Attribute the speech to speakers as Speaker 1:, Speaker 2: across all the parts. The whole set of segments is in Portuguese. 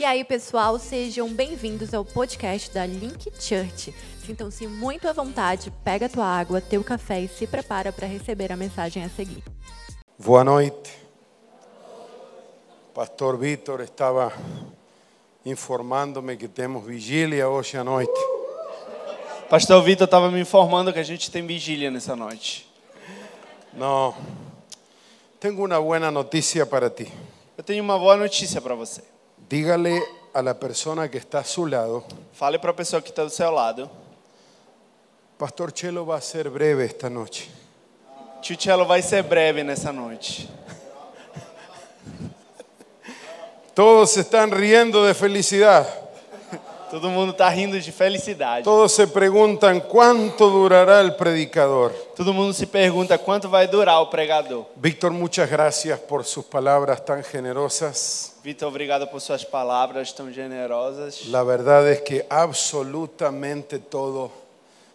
Speaker 1: E aí, pessoal, sejam bem-vindos ao podcast da Link Church. Sintam-se muito à vontade, pega tua água, teu café e se prepara para receber a mensagem a seguir.
Speaker 2: Boa noite. Pastor Víctor estava informándome que temos vigília hoje à noite.
Speaker 3: Pastor Vitor estava me informando que a gente tem vigília nessa noite.
Speaker 2: No, tengo una buena noticia para ti.
Speaker 3: Eu tenho uma boa notícia para você.
Speaker 2: Dígale a la persona que está a su lado,
Speaker 3: Fale para a pessoa que está do seu lado.
Speaker 2: Pastor Chelo va a ser breve esta noche.
Speaker 3: Tio Cello vai ser breve nessa noite.
Speaker 2: Todos se están riendo de felicidad.
Speaker 3: Todo mundo tá rindo de felicidade.
Speaker 2: Todos se preguntan cuánto durará el predicador.
Speaker 3: Todo mundo se pergunta quanto vai durar o pregador.
Speaker 2: Víctor, muchas gracias por sus palabras tan generosas.
Speaker 3: Vitor, obrigado por suas palavras tão generosas.
Speaker 2: La verdad es que absolutamente todo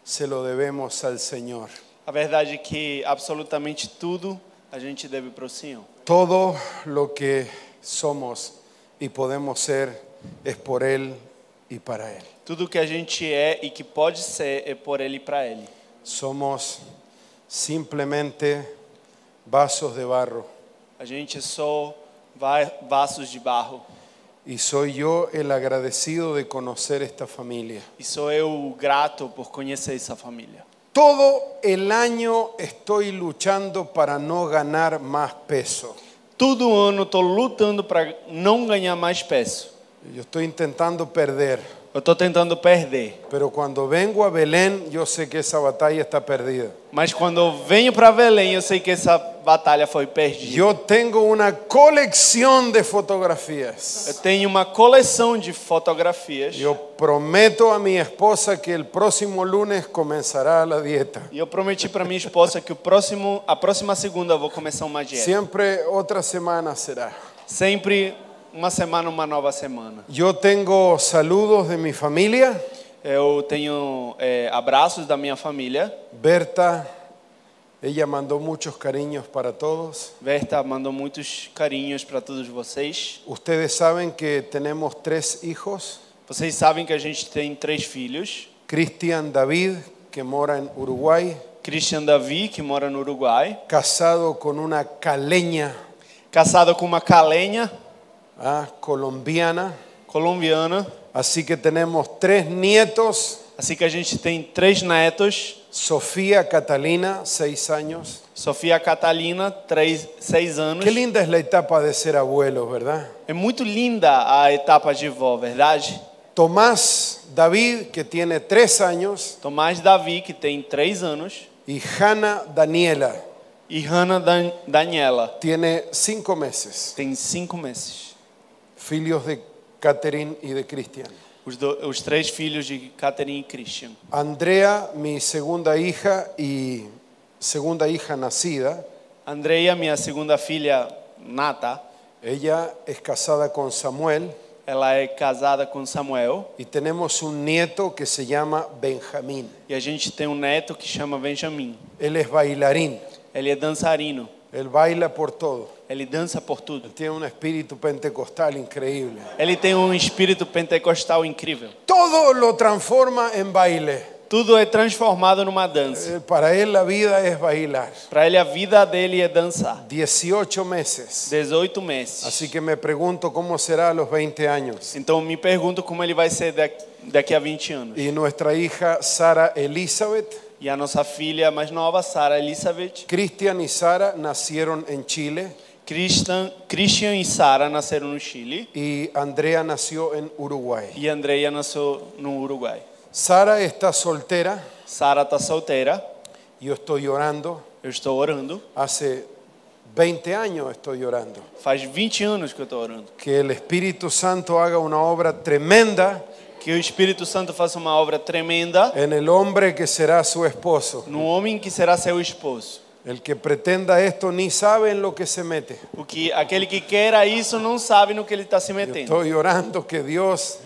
Speaker 2: se lo debemos al Señor.
Speaker 3: A verdade é que absolutamente tudo a gente deve para o Senhor.
Speaker 2: Todo lo que somos y podemos ser es por Él y para Él.
Speaker 3: Tudo que a gente é e que pode ser é por Ele e para Ele.
Speaker 2: Somos simplemente vasos de barro
Speaker 3: A gente é só va- vasos de barro.
Speaker 2: y soy yo el agradecido de conocer esta familia.
Speaker 3: E sou eu grato por conhecer essa família.
Speaker 2: Todo el año estoy luchando para no ganar más peso.
Speaker 3: Todo ano estou lutando para não ganhar mais peso.
Speaker 2: Yo estoy intentando perder,
Speaker 3: Eu estou tentando perder.
Speaker 2: pero cuando vengo a Belén yo sé que esa batalla está perdida.
Speaker 3: Mas quando eu venho para Belém, eu sei que essa batalha foi perdida.
Speaker 2: Yo tengo una colección de
Speaker 3: Eu
Speaker 2: fotografías.
Speaker 3: tenho uma coleção de fotografias.
Speaker 2: Yo prometo a mi esposa que el próximo lunes comenzará la dieta.
Speaker 3: E eu prometi para minha esposa que o próximo, a próxima segunda eu vou começar uma dieta.
Speaker 2: Siempre otra semana será.
Speaker 3: Sempre uma semana, uma nova semana.
Speaker 2: Yo tengo saludos de mi familia,
Speaker 3: Eu tenho é, abraços da minha família.
Speaker 2: Berta, ella mandó muchos cariños para todos.
Speaker 3: Berta mandou muitos carinhos para todos vocês.
Speaker 2: Ustedes saben que tenemos tres hijos,
Speaker 3: Vocês sabem que a gente tem três filhos.
Speaker 2: Cristian David, que mora en Uruguay,
Speaker 3: Christian Davi, que mora no Uruguai,
Speaker 2: casado con una caleña
Speaker 3: casado com uma calenha
Speaker 2: ah, colombiana.
Speaker 3: colombiana.
Speaker 2: Así que tenemos tres nietos,
Speaker 3: Assim que a gente tem três netos,
Speaker 2: Sofía Catalina, seis años.
Speaker 3: Sofia Catalina, três, seis anos.
Speaker 2: Qué linda es la etapa de ser abuelos, ¿verdad?
Speaker 3: É muito linda a etapa de vó, verdade?
Speaker 2: Tomás David, que tiene tres años,
Speaker 3: Tomás Davi, que tem três anos,
Speaker 2: y Hanna Daniela,
Speaker 3: e Hannah Dan Daniela,
Speaker 2: tiene cinco meses,
Speaker 3: tem cinco meses.
Speaker 2: Filios de Catherine y de Cristian.
Speaker 3: Os, do, os três filhos de Catherine e Christian.
Speaker 2: Andrea, mi segunda hija y segunda hija nacida,
Speaker 3: Andreia, minha segunda filha, Nata,
Speaker 2: ella es casada con Samuel
Speaker 3: ela é casada com Samuel.
Speaker 2: y tenemos un nieto que se llama Benjamín.
Speaker 3: E a gente tem um neto que chama Benjamin.
Speaker 2: Él es bailarín,
Speaker 3: Ele é dançarino.
Speaker 2: él baila por todo.
Speaker 3: Ele dança por tudo.
Speaker 2: Tiene un espíritu pentecostal increíble.
Speaker 3: Ele tem um espírito pentecostal incrível.
Speaker 2: Todo lo transforma en baile.
Speaker 3: Tudo é transformado numa dança.
Speaker 2: Eh, Para él la vida es bailar.
Speaker 3: Para ele, a vida dele é dançar.
Speaker 2: 18 meses.
Speaker 3: 18 meses.
Speaker 2: Así que me pregunto cómo será a los 20 años.
Speaker 3: Então me pergunto como ele vai ser daqui, daqui a 20 anos.
Speaker 2: Y nuestra hija Sara Elizabeth,
Speaker 3: E a nossa filha mais nova, Sara Elizabeth,
Speaker 2: Cristian y Sara nacieron en Chile
Speaker 3: Christian, Christian e Sara nasceram no Chile
Speaker 2: y Andrea nació en Uruguay.
Speaker 3: e Andreia nasceu no Uruguai.
Speaker 2: Sara está soltera,
Speaker 3: Sara tá solteira.
Speaker 2: yo estoy llorando.
Speaker 3: Eu estou orando.
Speaker 2: Hace 20 años estoy llorando.
Speaker 3: Faz 20 anos que eu estou orando.
Speaker 2: Que el Espíritu Santo haga una obra tremenda
Speaker 3: Que o Espírito Santo faça uma obra tremenda
Speaker 2: en el hombre que será su esposo.
Speaker 3: no homem que será seu esposo.
Speaker 2: El que pretenda esto ni sabe en lo que se mete.
Speaker 3: O que aquele que queira isso não sabe no que ele está se
Speaker 2: Yo
Speaker 3: metendo.
Speaker 2: estoy orando que Dios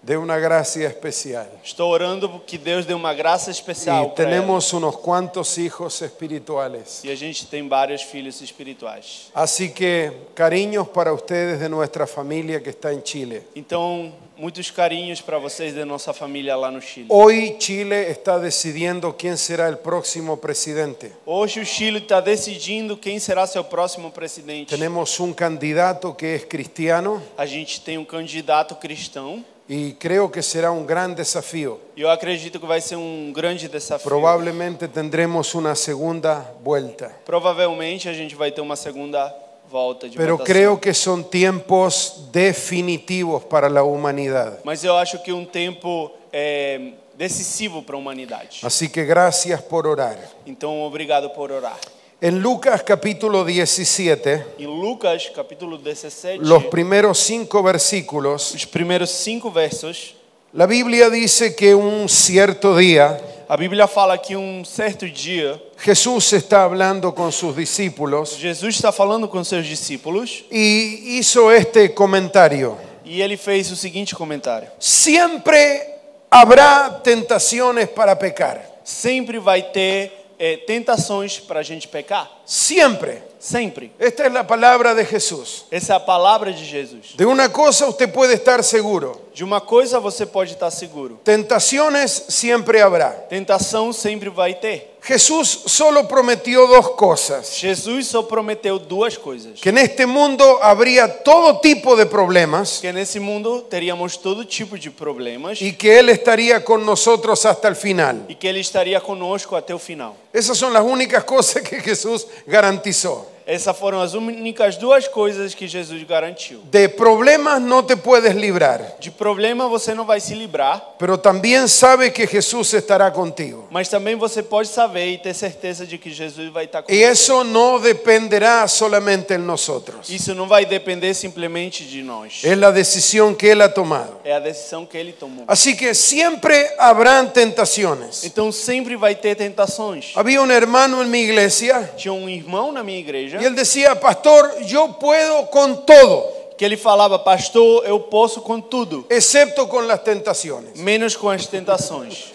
Speaker 2: de una gracia especial.
Speaker 3: Estou orando que Deus dê uma graça especial
Speaker 2: Y
Speaker 3: para ela.
Speaker 2: tenemos unos cuantos hijos espirituales.
Speaker 3: E a gente tem vários filhos espirituais.
Speaker 2: Así que cariños para ustedes de nuestra familia que está en Chile.
Speaker 3: Então, muitos carinhos para vocês da nossa família lá no Chile.
Speaker 2: Hoy Chile está decidiendo quién será el próximo presidente.
Speaker 3: Hoje o Chile está decidindo quem será seu próximo presidente.
Speaker 2: Tenemos un candidato que es cristiano
Speaker 3: A gente tem um candidato cristão
Speaker 2: y creo que será un gran desafío.
Speaker 3: e eu acredito que vai ser um grande desafio.
Speaker 2: Probablemente tendremos una segunda vuelta.
Speaker 3: Provavelmente a gente vai ter uma segunda volta de
Speaker 2: Pero
Speaker 3: votação.
Speaker 2: creo que son tiempos definitivos para la humanidad.
Speaker 3: Mas eu acho que um tempo é, decisivo para a humanidade.
Speaker 2: Así que gracias por orar.
Speaker 3: Então, obrigado por orar.
Speaker 2: En Lucas capítulo 17,
Speaker 3: Em Lucas, capítulo 17,
Speaker 2: los primeros cinco versículos,
Speaker 3: os primeiros cinco versos,
Speaker 2: la Biblia dice que un cierto día
Speaker 3: a Bíblia fala que um certo dia,
Speaker 2: Jesús está hablando con sus discípulos
Speaker 3: Jesus está falando com seus discípulos
Speaker 2: y hizo este comentario.
Speaker 3: e ele fez o seguinte comentário.
Speaker 2: Siempre habrá tentaciones para pecar.
Speaker 3: Sempre vai ter eh, tentações para a gente pecar.
Speaker 2: Siempre.
Speaker 3: Sempre.
Speaker 2: Esta es la palabra de Jesús.
Speaker 3: Essa é a palavra de Jesus.
Speaker 2: De una cosa usted puede estar seguro.
Speaker 3: De uma coisa você pode estar seguro.
Speaker 2: Tentaciones siempre habrá.
Speaker 3: Tentação sempre vai ter.
Speaker 2: Jesús solo prometió dos cosas.
Speaker 3: Jesus só prometeu duas coisas.
Speaker 2: que en este mundo habría todo tipo de problemas
Speaker 3: Que nesse mundo teríamos todo tipo de problemas
Speaker 2: y que Él estaría con nosotros hasta el final.
Speaker 3: e que ele estaria conosco até o final.
Speaker 2: Esas son las únicas cosas que Jesús garantizó.
Speaker 3: Essas foram as únicas duas coisas que Jesus garantiu.
Speaker 2: De problemas no te puedes librar,
Speaker 3: De problema você não vai se livrar,
Speaker 2: pero también sabe que Jesús estará contigo.
Speaker 3: mas também você pode saber e ter certeza de que Jesus vai estar
Speaker 2: Y
Speaker 3: conosco.
Speaker 2: eso no dependerá solamente en nosotros.
Speaker 3: Isso não vai depender simplesmente de nós.
Speaker 2: Es la decisión que Él ha tomado.
Speaker 3: É a decisão que ele tomou.
Speaker 2: Así que siempre habrán tentaciones.
Speaker 3: Então sempre vai ter tentações.
Speaker 2: Había un hermano en mi iglesia
Speaker 3: Tinha um irmão na minha igreja
Speaker 2: y él decía, pastor, yo puedo con todo.
Speaker 3: que ele falava: "Pastor, eu posso com tudo,
Speaker 2: excepto con las tentaciones.
Speaker 3: menos com as tentações".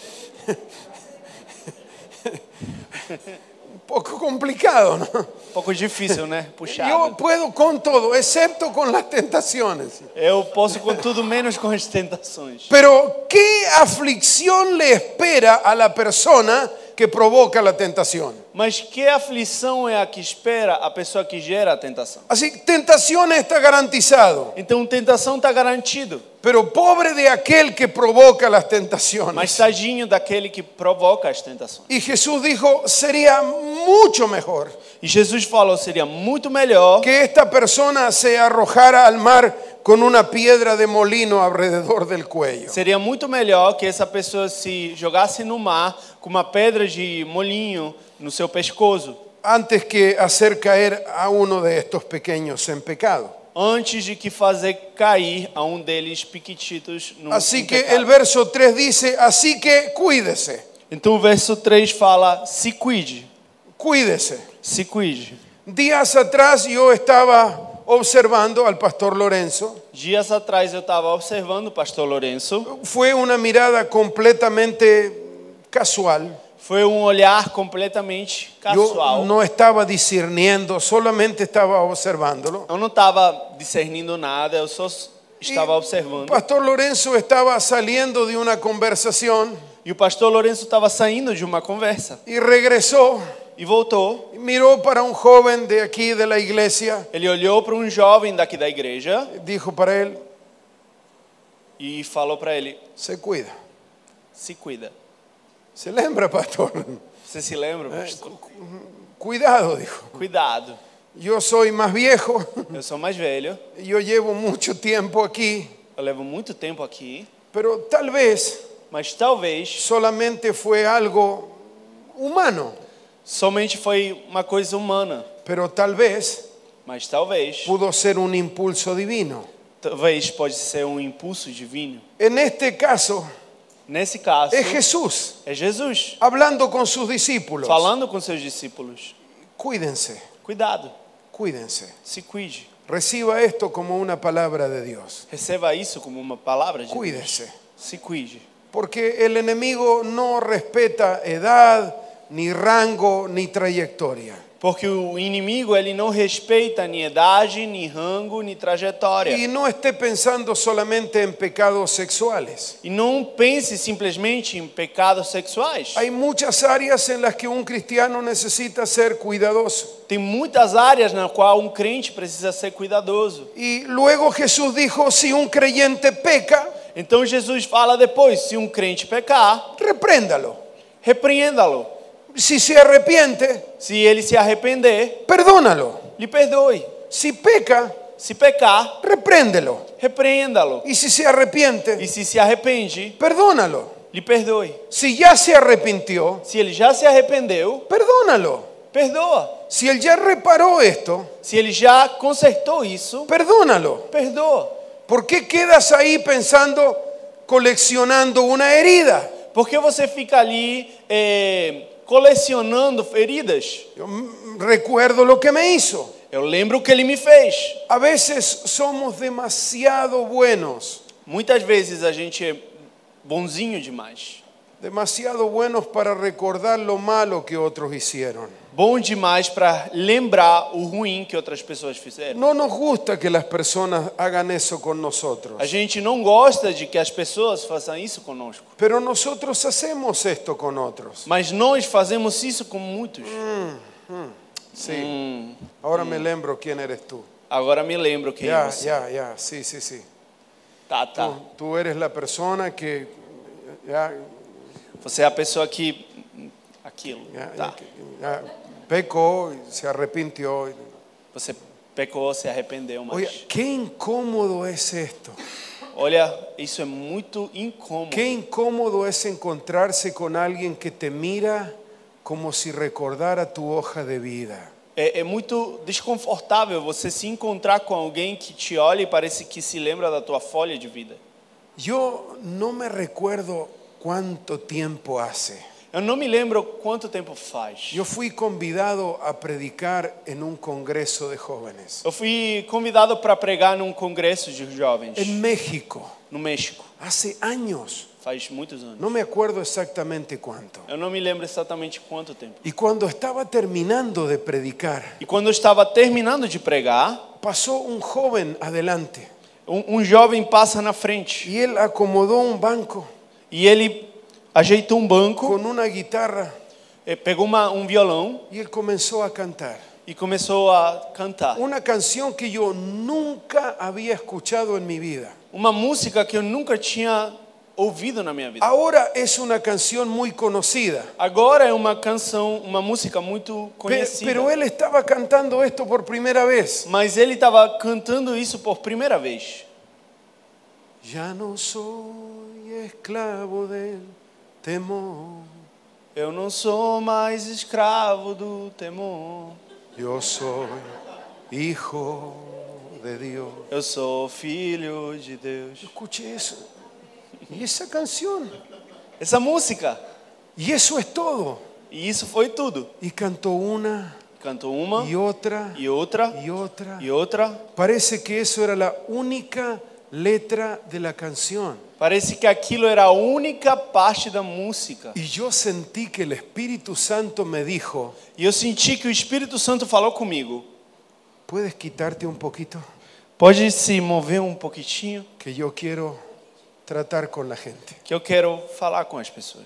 Speaker 2: Un poco complicado, ¿no?
Speaker 3: Um pouco difícil, né? Puxado.
Speaker 2: Yo puedo con todo, excepto con las tentaciones.
Speaker 3: Eu posso com tudo menos com as tentações.
Speaker 2: Pero, ¿qué aflicción le espera a la persona que provoca la tentación?
Speaker 3: Mas que aflição é a que espera a pessoa que gera a tentação?
Speaker 2: Así, tentación está garantizado,
Speaker 3: Então tentação está garantido,
Speaker 2: pero pobre de aquel que provoca las
Speaker 3: mas
Speaker 2: tentaciones.
Speaker 3: tadinho daquele que provoca as tentações.
Speaker 2: Y Jesús dijo, sería mucho mejor
Speaker 3: E Jesus falou seria muito melhor
Speaker 2: que esta persona se arrojara al mar con una piedra de molino alrededor del cuello.
Speaker 3: Seria muito melhor que essa pessoa se jogasse no mar com uma pedra de molinho no seu pescozo,
Speaker 2: antes que hacer caer a uno de estos pequeños en pecado.
Speaker 3: antes de que fazer cair a um deles piquititos no
Speaker 2: Así
Speaker 3: em
Speaker 2: Assim que
Speaker 3: pecado.
Speaker 2: el verso 3 dice, así que cuídese,
Speaker 3: Então o verso 3 fala: se cuide,
Speaker 2: cuídese.
Speaker 3: se cuide.
Speaker 2: Días atrás yo estaba observando al pastor Lorenzo,
Speaker 3: Dias atrás eu estava observando o pastor Lourenço,
Speaker 2: fue una mirada completamente casual.
Speaker 3: foi um olhar completamente
Speaker 2: Yo
Speaker 3: casual.
Speaker 2: no estaba discerniendo, solamente estaba observándolo.
Speaker 3: Eu não estava discernindo nada, eu só estaba
Speaker 2: Y
Speaker 3: observando.
Speaker 2: Pastor Lorenzo estaba saliendo de una conversación
Speaker 3: E o pastor Lourenço estava saindo de uma conversa
Speaker 2: y regresó
Speaker 3: e voltou.
Speaker 2: Miró para un joven de aquí de la iglesia,
Speaker 3: Ele olhou para um jovem daqui da igreja
Speaker 2: dijo para él,
Speaker 3: e falou para ele:
Speaker 2: se cuida.
Speaker 3: "Se cuida.
Speaker 2: Se lembra, pastor.
Speaker 3: Você se lembra? pastor?
Speaker 2: Cuidado, dijo.
Speaker 3: Cuidado.
Speaker 2: Yo soy más viejo,
Speaker 3: Eu sou mais velho.
Speaker 2: yo llevo mucho tiempo aquí,
Speaker 3: Eu levo muito tempo aqui,
Speaker 2: pero tal vez
Speaker 3: mas talvez
Speaker 2: solamente fue algo humano,
Speaker 3: somente foi uma coisa humana,
Speaker 2: pero tal vez
Speaker 3: mas talvez
Speaker 2: pudo ser un impulso divino.
Speaker 3: talvez pode ser um impulso divino.
Speaker 2: En este caso,
Speaker 3: Nesse caso,
Speaker 2: es Jesús
Speaker 3: é Jesus
Speaker 2: hablando con sus discípulos.
Speaker 3: falando com seus discípulos.
Speaker 2: Cuídense,
Speaker 3: Cuidado,
Speaker 2: cuídense.
Speaker 3: se cuide.
Speaker 2: Reciba esto como una palabra de Dios.
Speaker 3: Receba isso como uma palavra de Deus.
Speaker 2: Cuídese.
Speaker 3: Se cuide.
Speaker 2: Porque el enemigo no respeta edad, ni rango, ni trayectoria.
Speaker 3: Porque o inimigo ele não respeita nem idade, nem rango, nem trajetória.
Speaker 2: Y no esté pensando solamente en pecados sexuales.
Speaker 3: E não pense simplesmente em pecados sexuais.
Speaker 2: Hay muchas áreas en las que un cristiano necesita ser cuidadoso.
Speaker 3: Tem muitas áreas na qual um crente precisa ser cuidadoso.
Speaker 2: Y luego Jesús dijo, si un creyente peca,
Speaker 3: Então Jesus fala depois, se um crente pecar,
Speaker 2: repréndalo.
Speaker 3: repreenda-lo.
Speaker 2: Si se arrepiente,
Speaker 3: Se ele se arrepender,
Speaker 2: perdónalo.
Speaker 3: lhe perdoe.
Speaker 2: Si peca,
Speaker 3: Se pecar,
Speaker 2: repréndelo.
Speaker 3: repreenda-lo.
Speaker 2: Y si se
Speaker 3: E
Speaker 2: arrepiente,
Speaker 3: se se arrepende,
Speaker 2: perdónalo.
Speaker 3: lhe perdoe.
Speaker 2: Si ya se arrepintió,
Speaker 3: Se ele já se arrependeu,
Speaker 2: perdónalo.
Speaker 3: perdoa.
Speaker 2: Si él ya reparó esto,
Speaker 3: Se ele já consertou isso,
Speaker 2: perdónalo.
Speaker 3: perdoa.
Speaker 2: ¿Por qué quedas ahí pensando, coleccionando una herida?
Speaker 3: Porque você fica ali eh, colecionando feridas.
Speaker 2: Yo mm, recuerdo lo que me hizo.
Speaker 3: Eu lembro o que ele me fez.
Speaker 2: A veces somos demasiado buenos,
Speaker 3: Muitas vezes a gente é bonzinho demais.
Speaker 2: demasiado buenos para recordar lo malo que otros hicieron.
Speaker 3: Bom demais para lembrar o ruim que outras pessoas fizeram.
Speaker 2: No nos gusta que las personas hagan eso con
Speaker 3: A
Speaker 2: nosotros,
Speaker 3: gente não gosta de que as pessoas façam isso conosco.
Speaker 2: pero nosotros hacemos esto con otros.
Speaker 3: Mas nós fazemos isso com muitos. Hum,
Speaker 2: Sí.
Speaker 3: Mm.
Speaker 2: Ahora me lembro quién eres tú.
Speaker 3: Agora me lembro quem é
Speaker 2: Ya,
Speaker 3: você.
Speaker 2: ya, ya, sí, sí, sí.
Speaker 3: Tá, tá.
Speaker 2: Tú, tú eres la persona que ya,
Speaker 3: Você é a pessoa que aquilo,
Speaker 2: ya,
Speaker 3: tá.
Speaker 2: que- ya pecó, y se arrepintió.
Speaker 3: Você pecou, se arrependeu, mas
Speaker 2: Oye, qué incómodo es esto.
Speaker 3: olha, isso é muito incômodo.
Speaker 2: Qué incómodo es encontrarse con alguien que te mira como si recordara tu hoja de vida.
Speaker 3: É, é muito desconfortável você se encontrar com alguém que te olha e parece que se lembra da tua folha de vida.
Speaker 2: Yo no me recuerdo cuánto tiempo hace.
Speaker 3: Eu não me lembro quanto tempo faz.
Speaker 2: Yo fui convidado a predicar en un congreso de jóvenes
Speaker 3: Eu fui convidado para pregar num congresso de jovens
Speaker 2: en México
Speaker 3: no México,
Speaker 2: hace años.
Speaker 3: faz muitos anos.
Speaker 2: No me acuerdo exactamente cuánto.
Speaker 3: Eu não me lembro exatamente quanto tempo.
Speaker 2: Y cuando estaba terminando de predicar,
Speaker 3: E quando eu estava terminando de pregar,
Speaker 2: pasó un joven adelante
Speaker 3: um, um jovem passa na frente
Speaker 2: y él acomodó un banco
Speaker 3: e ele ajeitou um banco,
Speaker 2: con uma guitarra
Speaker 3: eh, pegou uma, um violão
Speaker 2: y él comenzó a cantar.
Speaker 3: e começou a cantar.
Speaker 2: Una canción que yo nunca había escuchado en mi vida.
Speaker 3: Uma música que eu nunca tinha ouvido na minha vida.
Speaker 2: Ahora es una canción muy conocida. pe-
Speaker 3: Agora é uma canção, uma música muito
Speaker 2: Pero
Speaker 3: conhecida.
Speaker 2: él estaba cantando esto por primera vez.
Speaker 3: Mas ele estava cantando isso por primeira vez.
Speaker 2: Ya no soy esclavo del temor.
Speaker 3: Eu não sou mais escravo do temor.
Speaker 2: Yo soy hijo de Dios.
Speaker 3: Eu sou filho de Deus.
Speaker 2: Escuche eso. Y esa canción.
Speaker 3: Essa música.
Speaker 2: Y eso es todo.
Speaker 3: E isso foi tudo.
Speaker 2: Y cantó una
Speaker 3: Cantou uma
Speaker 2: y otra
Speaker 3: e outra
Speaker 2: y otra.
Speaker 3: e outra.
Speaker 2: Parece que eso era la única letra de la canción.
Speaker 3: Parece que aquilo era a única parte da música.
Speaker 2: Y yo sentí que el Espíritu Santo me dijo,
Speaker 3: E eu senti que o Espírito Santo falou comigo.
Speaker 2: ¿puedes quitarte un poquito?
Speaker 3: Pode se mover um pouquinho
Speaker 2: Que yo quiero tratar con la gente.
Speaker 3: que eu quero falar com as pessoas.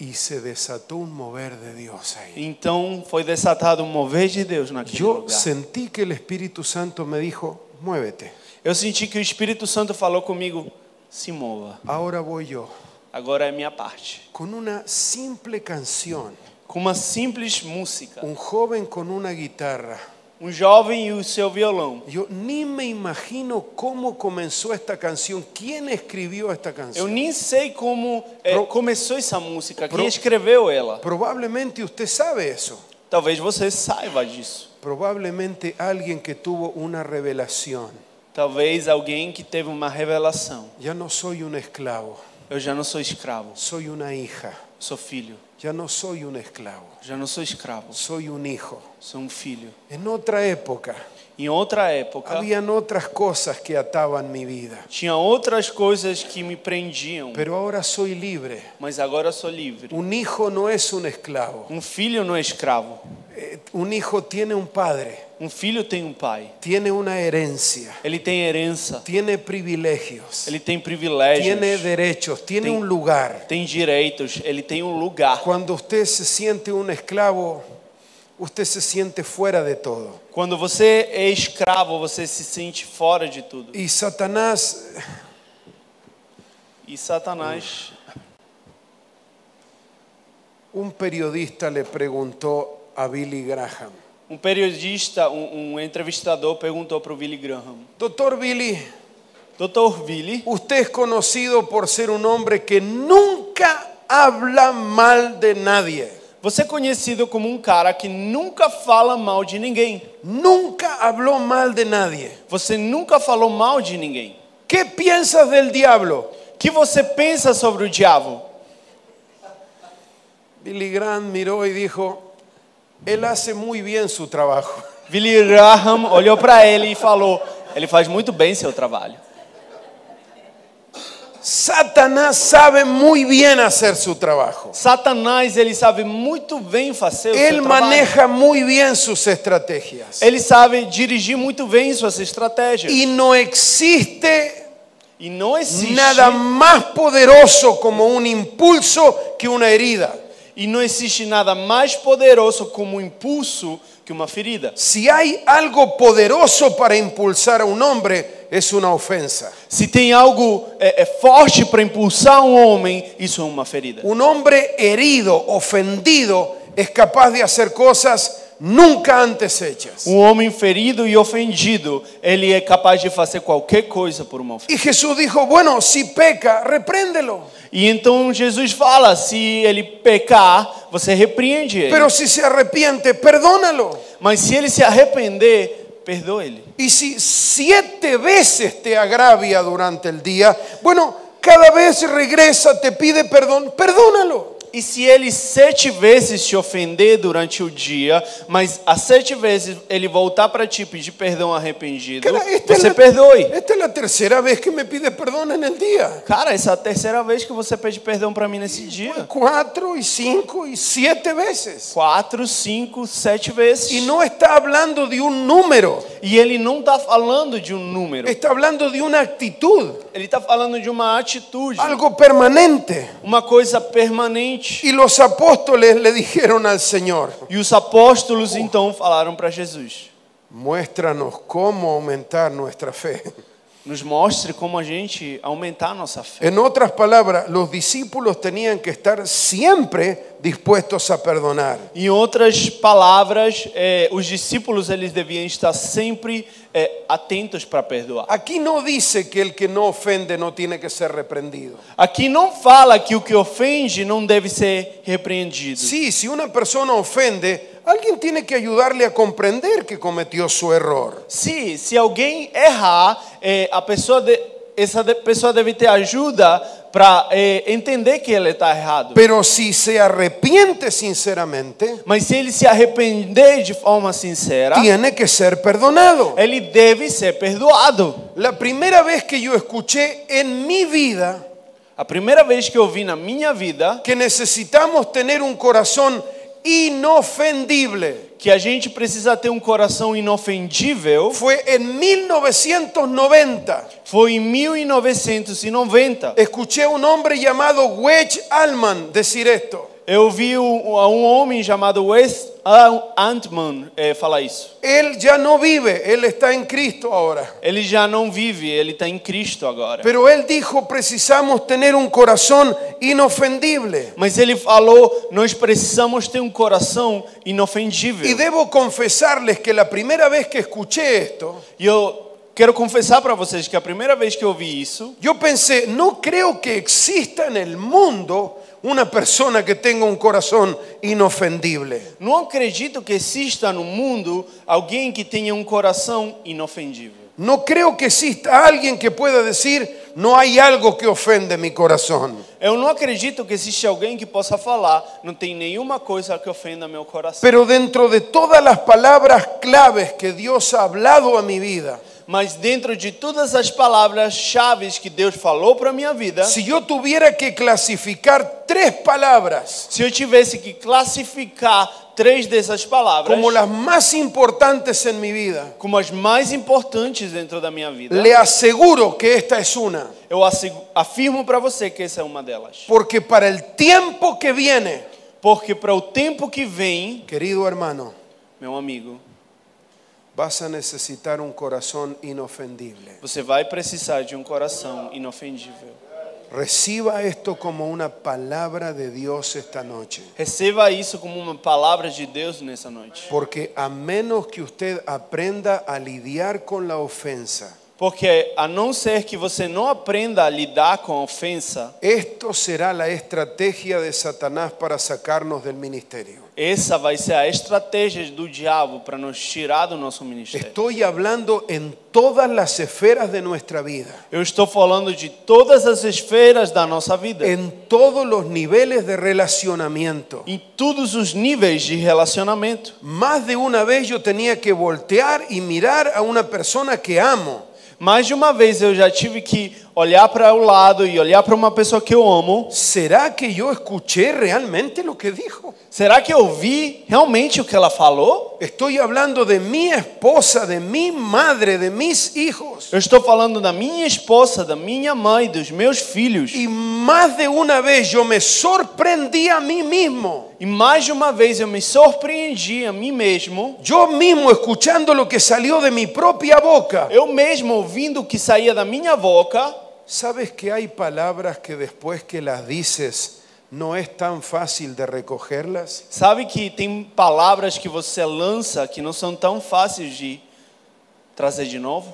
Speaker 2: Y se desató un mover de Dios ahí.
Speaker 3: Então foi desatado um mover de Deus naquele
Speaker 2: Yo
Speaker 3: lugar.
Speaker 2: sentí que el Espíritu Santo me dijo, muévete.
Speaker 3: Eu senti que o Espírito Santo falou comigo: se mova.
Speaker 2: Ahora voy yo.
Speaker 3: Agora é minha parte.
Speaker 2: Con una simple canción,
Speaker 3: Com uma simples música,
Speaker 2: un joven con una guitarra.
Speaker 3: um jovem e o seu violão.
Speaker 2: Yo ni me imagino cómo comenzó esta canción, quién escribió esta
Speaker 3: Eu
Speaker 2: canción.
Speaker 3: nem sei como é,
Speaker 2: Pro-
Speaker 3: começou essa música, quem
Speaker 2: Pro-
Speaker 3: escreveu ela.
Speaker 2: Probablemente usted sabe eso.
Speaker 3: Talvez você saiba disso.
Speaker 2: Probablemente alguien que tuvo una revelación.
Speaker 3: Talvez alguém que teve uma revelação.
Speaker 2: Ya no soy un esclavo,
Speaker 3: Eu já não sou escravo,
Speaker 2: soy una hija.
Speaker 3: sou filho.
Speaker 2: Ya no soy un esclavo,
Speaker 3: Já não sou escravo,
Speaker 2: soy un hijo.
Speaker 3: sou um filho.
Speaker 2: En otra época
Speaker 3: Em outra época,
Speaker 2: habían otras cosas que ataban mi vida,
Speaker 3: tinha outras coisas que me prendiam,
Speaker 2: pero ahora soy libre.
Speaker 3: mas agora sou livre.
Speaker 2: Un hijo no es un esclavo.
Speaker 3: Um filho não é escravo.
Speaker 2: Eh, Un hijo tiene un padre,
Speaker 3: Um filho tem um pai.
Speaker 2: tiene una herencia,
Speaker 3: Ele tem herança,
Speaker 2: tiene privilegios,
Speaker 3: ele tem privilégios,
Speaker 2: tiene derechos, tiene un lugar.
Speaker 3: tem direitos, ele tem um lugar.
Speaker 2: Cuando usted se siente un esclavo, usted se siente fuera de todo.
Speaker 3: Quando você é escravo, você se sente fora de tudo.
Speaker 2: Y Satanás
Speaker 3: E Satanás,
Speaker 2: Un periodista le preguntó a Billy Graham,
Speaker 3: um periodista, um, um entrevistador perguntou para o Billy Graham:
Speaker 2: Doctor Billy,
Speaker 3: Doutor Billy,
Speaker 2: usted es conocido por ser un hombre que nunca habla mal de nadie,
Speaker 3: você é conhecido como um cara que nunca fala mal de ninguém.
Speaker 2: nunca habló mal de nadie.
Speaker 3: Você nunca falou mal de ninguém.
Speaker 2: ¿Qué piensas del diablo?
Speaker 3: O que você pensa sobre o diabo?
Speaker 2: Billy Graham miró y dijo, él hace muy bien su trabajo.
Speaker 3: Billy Graham olhou para ele e falou: Ele faz muito bem seu trabalho.
Speaker 2: Satanás sabe muy bien hacer su trabajo.
Speaker 3: Satanás, ele sabe muito bem fazer
Speaker 2: Él
Speaker 3: o seu trabalho.
Speaker 2: maneja muy bien sus estrategias.
Speaker 3: Ele sabe dirigir muito bem suas estratégias.
Speaker 2: Y no existe
Speaker 3: E não existe
Speaker 2: Nada más poderoso como un impulso que una herida.
Speaker 3: e não existe nada mais poderoso como um impulso que uma ferida.
Speaker 2: Si hay algo poderoso para impulsar a un hombre, es una ofensa.
Speaker 3: Se tem algo é, é forte para impulsar um homem, isso é uma ferida.
Speaker 2: Un hombre herido, ofendido, es capaz de hacer cosas nunca antes hechas.
Speaker 3: Um homem ferido e ofendido, ele é capaz de fazer qualquer coisa por uma ofensa.
Speaker 2: Y Jesús dijo, bueno, si peca, repréndelo.
Speaker 3: E então Jesus fala: se ele pecar, você repreende ele.
Speaker 2: Pero si se arrepiente, perdónalo.
Speaker 3: Mas se ele se arrepender, perdoa ele.
Speaker 2: Y si siete veces te agravia durante el día, bueno, cada vez regresa, te pide perdón, perdónalo.
Speaker 3: E se ele sete vezes te ofender durante o dia, mas as sete vezes ele voltar para ti e pedir perdão arrependido,
Speaker 2: Cara, esta, es
Speaker 3: você
Speaker 2: la,
Speaker 3: perdoe.
Speaker 2: esta es la tercera vez que me pide perdón en el día.
Speaker 3: Cara, essa é a terceira vez que você pede perdão para mim nesse dia.
Speaker 2: Cuatro y cinco y siete veces.
Speaker 3: Quatro, cinco, sete vezes.
Speaker 2: Y no está hablando de un número,
Speaker 3: E ele não está falando de um número.
Speaker 2: está hablando de una actitud,
Speaker 3: Ele está falando de uma atitude,
Speaker 2: algo permanente.
Speaker 3: uma coisa permanente.
Speaker 2: Y los apóstoles le dijeron al Señor,
Speaker 3: E os apóstolos então falaram para Jesus:
Speaker 2: muéstranos cómo aumentar nuestra fe.
Speaker 3: Nos mostre como a gente aumentar a nossa fé.
Speaker 2: En otras palabras, los discípulos tenían que estar siempre dispuestos a perdonar.
Speaker 3: Em outras palavras, eh, os discípulos eles deviam estar sempre eh, atentos para perdoar.
Speaker 2: Aquí no dice que el que no ofende no tiene que ser reprendido.
Speaker 3: Aqui não fala que o que ofende não deve ser repreendido.
Speaker 2: Sí, si una persona ofende, alguien tiene que ayudarle a comprender que cometió su error.
Speaker 3: Se, se alguém errar, eh, a pessoa de- essa de- pessoa deve ter ajuda para entender que ele está errado.
Speaker 2: Pero si se arrepiente sinceramente,
Speaker 3: Mas se ele se arrepender de forma sincera,
Speaker 2: tiene que ser perdonado.
Speaker 3: ele deve ser perdoado.
Speaker 2: La primera vez que yo escuché en mi vida
Speaker 3: A primeira vez que eu vi na minha vida
Speaker 2: que necesitamos tener un corazón inofendible
Speaker 3: que a gente precisa ter um coração inofendível
Speaker 2: fue en 1990.
Speaker 3: Foi em 1990.
Speaker 2: Escuché a un hombre llamado Wedge Allman decir esto.
Speaker 3: Eu vi um, um homem chamado Wes Al- Antman eh, falar isso.
Speaker 2: Él ya no vive, él está en Cristo ahora.
Speaker 3: Ele já não vive, ele está em Cristo agora.
Speaker 2: Pero él dijo, precisamos tener un corazón inofendible.
Speaker 3: Mas ele falou: nós precisamos ter um coração inofendível.
Speaker 2: Y debo confesarles que la primera vez que escuché esto,
Speaker 3: E eu quero confessar para vocês que a primeira vez que eu vi isso,
Speaker 2: yo pensé, no creo que exista en el mundo una persona que tenga un corazón inofendible.
Speaker 3: não acredito que exista no mundo alguém que tenha um coração inofendível.
Speaker 2: No creo que exista alguien que pueda decir, no hay algo que ofende mi corazón.
Speaker 3: Eu não acredito que existe alguém que possa falar, não tem nenhuma coisa que ofenda meu coração.
Speaker 2: Pero dentro de todas las palabras claves que Dios ha hablado a mi vida,
Speaker 3: Mas dentro de todas as palavras chaves que Deus falou para minha vida,
Speaker 2: si yo tuviera que clasificar tres palabras
Speaker 3: se eu tivesse que classificar três dessas palavras
Speaker 2: como las más importantes en mi vida,
Speaker 3: como as mais importantes dentro da minha vida,
Speaker 2: le aseguro que esta es una.
Speaker 3: eu assegu- afirmo para você que essa é uma delas.
Speaker 2: Porque para el tiempo que viene,
Speaker 3: Porque para o tempo que vem,
Speaker 2: querido hermano,
Speaker 3: meu amigo,
Speaker 2: vas a necesitar un corazón inofendible.
Speaker 3: você vai precisar de um coração inofendível.
Speaker 2: Reciba esto como una palabra de Dios esta noche.
Speaker 3: Receba isso como uma palavra de Deus nessa noite.
Speaker 2: Porque a menos que usted aprenda a lidiar con la ofensa,
Speaker 3: Porque a não ser que você não aprenda a lidar com a ofensa,
Speaker 2: esto será la estrategia de Satanás para sacarnos del ministerio.
Speaker 3: essa vai ser a estratégia do diabo para nos tirar do nosso ministério.
Speaker 2: Estoy hablando en todas las esferas de nuestra vida,
Speaker 3: Eu estou falando de todas as esferas da nossa vida,
Speaker 2: en todos los niveles de relacionamiento.
Speaker 3: em todos os níveis de relacionamento.
Speaker 2: Más de una vez yo tenía que voltear y mirar a una persona que amo.
Speaker 3: Mais de uma vez eu já tive que olhar para o lado e olhar para uma pessoa que eu amo.
Speaker 2: ¿Será que yo escuché realmente lo que dijo?
Speaker 3: Será que eu ouvi realmente o que ela falou?
Speaker 2: Estoy hablando de mi esposa, de mi madre, de mis hijos.
Speaker 3: Eu estou falando da minha esposa, da minha mãe, dos meus filhos.
Speaker 2: Y más de una vez yo me sorprendí a mí mismo.
Speaker 3: E mais de uma vez eu me surpreendi a mim mesmo,
Speaker 2: Yo mismo escuchando lo que salió de mi propia boca.
Speaker 3: eu mesmo ouvindo o que saía da minha boca.
Speaker 2: ¿Sabes que hay palabras que después que las dices no es tan fácil de recogerlas?
Speaker 3: Sabe que tem palavras que você lança que não são tão fáceis de trazer de novo?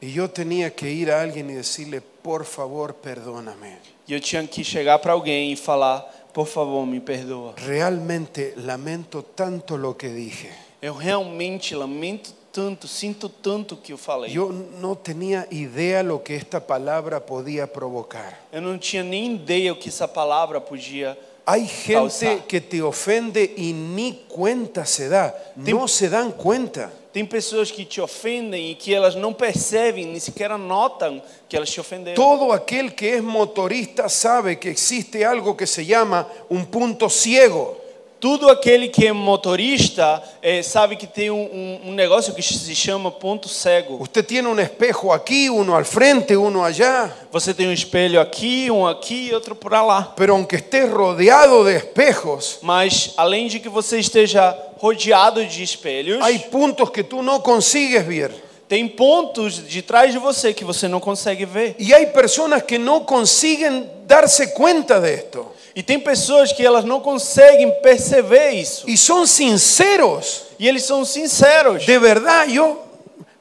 Speaker 2: Y yo tenía que ir a alguien y decirle, por favor, perdóname.
Speaker 3: E eu tinha que chegar para alguém e falar: por favor, me perdoa.
Speaker 2: Realmente lamento tanto lo que dije.
Speaker 3: Eu realmente lamento tanto, sinto tanto o que eu falei.
Speaker 2: Yo no tenía idea lo que esta palabra podía provocar.
Speaker 3: Eu não tinha nem ideia o que essa palavra podia.
Speaker 2: Hay gente
Speaker 3: Causar.
Speaker 2: que te ofende y ni cuenta se da, no se dan cuenta.
Speaker 3: Tem pessoas que te ofendem e que elas não percebem, nem sequer notam que elas te ofenderam.
Speaker 2: Todo aquel que es motorista sabe que existe algo que se llama un punto ciego.
Speaker 3: Tudo aquele que é motorista eh, sabe que tem um, um- um negócio que se chama ponto cego.
Speaker 2: Usted tiene un espejo aquí, uno al frente, uno allá,
Speaker 3: Você tem um espelho aqui, um aqui e outro para lá.
Speaker 2: pero aunque estés rodeado de espejos,
Speaker 3: Mas além de que você esteja rodeado de espelhos,
Speaker 2: hay puntos que tú no consigues ver.
Speaker 3: tem pontos de trás de você que você não consegue ver.
Speaker 2: Y hay personas que no consiguen darse cuenta de esto.
Speaker 3: E tem pessoas que elas não conseguem perceber isso.
Speaker 2: Y son sinceros.
Speaker 3: E eles são sinceros.
Speaker 2: De verdad, yo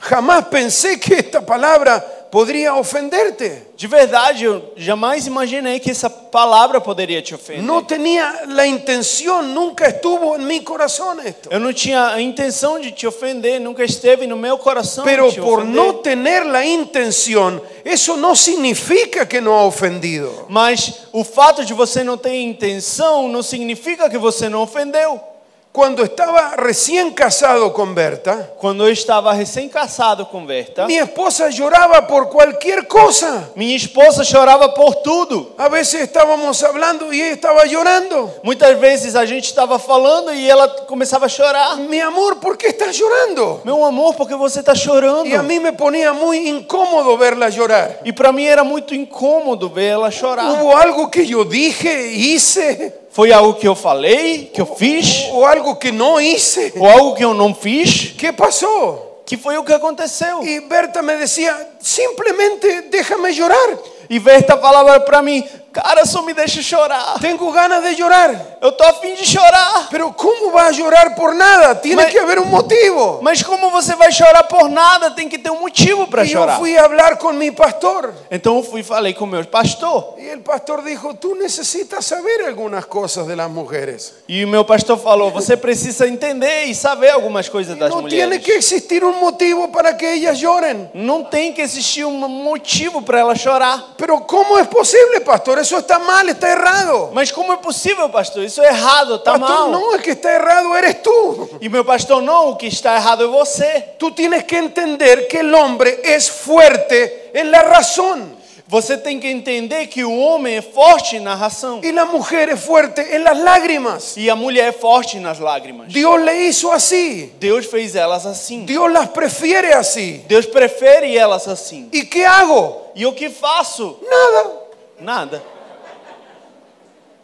Speaker 2: jamás pensé que esta palabra podría ofenderte.
Speaker 3: De verdade, eu jamais imaginei que essa palavra poderia te ofender.
Speaker 2: No tenía la intención, nunca estuvo en mi corazón esto.
Speaker 3: Eu não tinha a intenção de te ofender, nunca esteve no meu coração
Speaker 2: Pero
Speaker 3: te
Speaker 2: por
Speaker 3: ofender.
Speaker 2: no tener la intención, eso no significa que no ha ofendido.
Speaker 3: Mas o fato de você não ter intenção não significa que você não ofendeu.
Speaker 2: Cuando estaba recién casado con Berta,
Speaker 3: Quando eu estava recém-casado com Berta,
Speaker 2: mi esposa lloraba por cualquier cosa.
Speaker 3: minha esposa chorava por tudo.
Speaker 2: A veces estábamos hablando y ella estaba llorando.
Speaker 3: Muitas vezes a gente estava falando e ela começava a chorar.
Speaker 2: Mi amor, ¿por qué estás llorando?
Speaker 3: Meu amor, por que você está chorando?
Speaker 2: Y a mí me ponía muy incómodo verla llorar.
Speaker 3: E para mim era muito incômodo ver ela chorar.
Speaker 2: ¿Hubo algo que yo dije, hice
Speaker 3: Foi algo que eu falei, que eu fiz,
Speaker 2: o algo que no hice?
Speaker 3: ou algo que eu não fiz,
Speaker 2: ¿Qué pasó?
Speaker 3: que foi o que aconteceu.
Speaker 2: Y Berta me decía, simplemente déjame llorar.
Speaker 3: E Berta falava para mim, Cara, só me deixa chorar.
Speaker 2: Tengo ganas de llorar.
Speaker 3: Eu tô afim de chorar.
Speaker 2: Pero ¿cómo vas a llorar por nada? Tiene
Speaker 3: Ma-
Speaker 2: que haber un motivo.
Speaker 3: Mas como você vai chorar por nada? Tem que ter um motivo para
Speaker 2: Y yo
Speaker 3: chorar.
Speaker 2: fui a hablar con mi pastor.
Speaker 3: Então eu fui e falei com o meu pastor.
Speaker 2: Y el pastor dijo, tú necesitas saber algunas cosas de las mujeres.
Speaker 3: E o meu pastor falou: você precisa entender e saber algumas coisas das
Speaker 2: No tiene
Speaker 3: mulheres.
Speaker 2: que existir un motivo para que ellas lloren.
Speaker 3: Não tem que existir um motivo para ela chorar.
Speaker 2: Pero ¿cómo es posible, pastor? Eso está mal, está errado.
Speaker 3: Mas como é possível, pastor? Isso é errado, tá
Speaker 2: pastor,
Speaker 3: mal.
Speaker 2: no, es que está errado, eres tú.
Speaker 3: E meu pastor, não, o que está errado é você.
Speaker 2: Tú tienes que entender que el hombre es fuerte en la razón
Speaker 3: Você tem que entender que o homem é forte na ração
Speaker 2: y la mujer es fuerte en las lágrimas.
Speaker 3: e a mulher é forte nas lágrimas.
Speaker 2: Dios le hizo así.
Speaker 3: Deus fez elas assim.
Speaker 2: Dios las prefiere así.
Speaker 3: Deus prefere elas assim.
Speaker 2: ¿Y qué hago?
Speaker 3: E o que faço?
Speaker 2: Nada.
Speaker 3: Nada.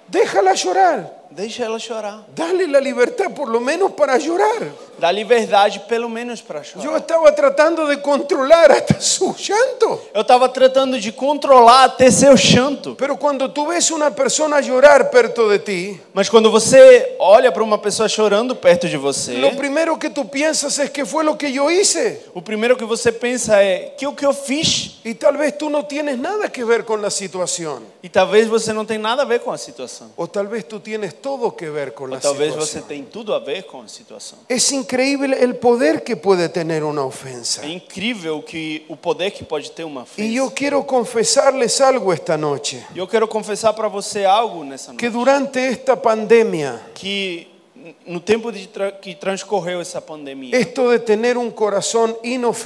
Speaker 2: Déjala llorar.
Speaker 3: Deixa ela chorar.
Speaker 2: Dale la libertad por lo menos para llorar.
Speaker 3: Dá liberdade pelo menos para
Speaker 2: Yo
Speaker 3: chorar.
Speaker 2: estaba tratando de controlar hasta su llanto.
Speaker 3: Eu estava tratando de controlar até seu chanto.
Speaker 2: Pero cuando tú ves una persona llorar perto de ti,
Speaker 3: Mas quando você olha para uma pessoa chorando perto de você,
Speaker 2: lo primero que tú piensas es que fue lo que yo hice.
Speaker 3: o primeiro que você pensa é: que o que eu fiz?
Speaker 2: Y tal vez tú no tienes nada que ver con la situación.
Speaker 3: E talvez você não tenha nada a ver com a situação.
Speaker 2: O tal vez tú tienes todo que ver con
Speaker 3: Ou
Speaker 2: la
Speaker 3: talvez você
Speaker 2: situación.
Speaker 3: tenha tudo a ver com a situação.
Speaker 2: Es increíble el poder que puede tener una ofensa.
Speaker 3: É incrível que o poder que pode ter uma ofensa.
Speaker 2: Y yo quiero confesarles algo esta noche,
Speaker 3: E eu quero confessar para você algo nessa noite.
Speaker 2: que durante esta pandemia,
Speaker 3: Que n- no tempo de tra- que transcorreu essa pandemia,
Speaker 2: esto de tener un corazón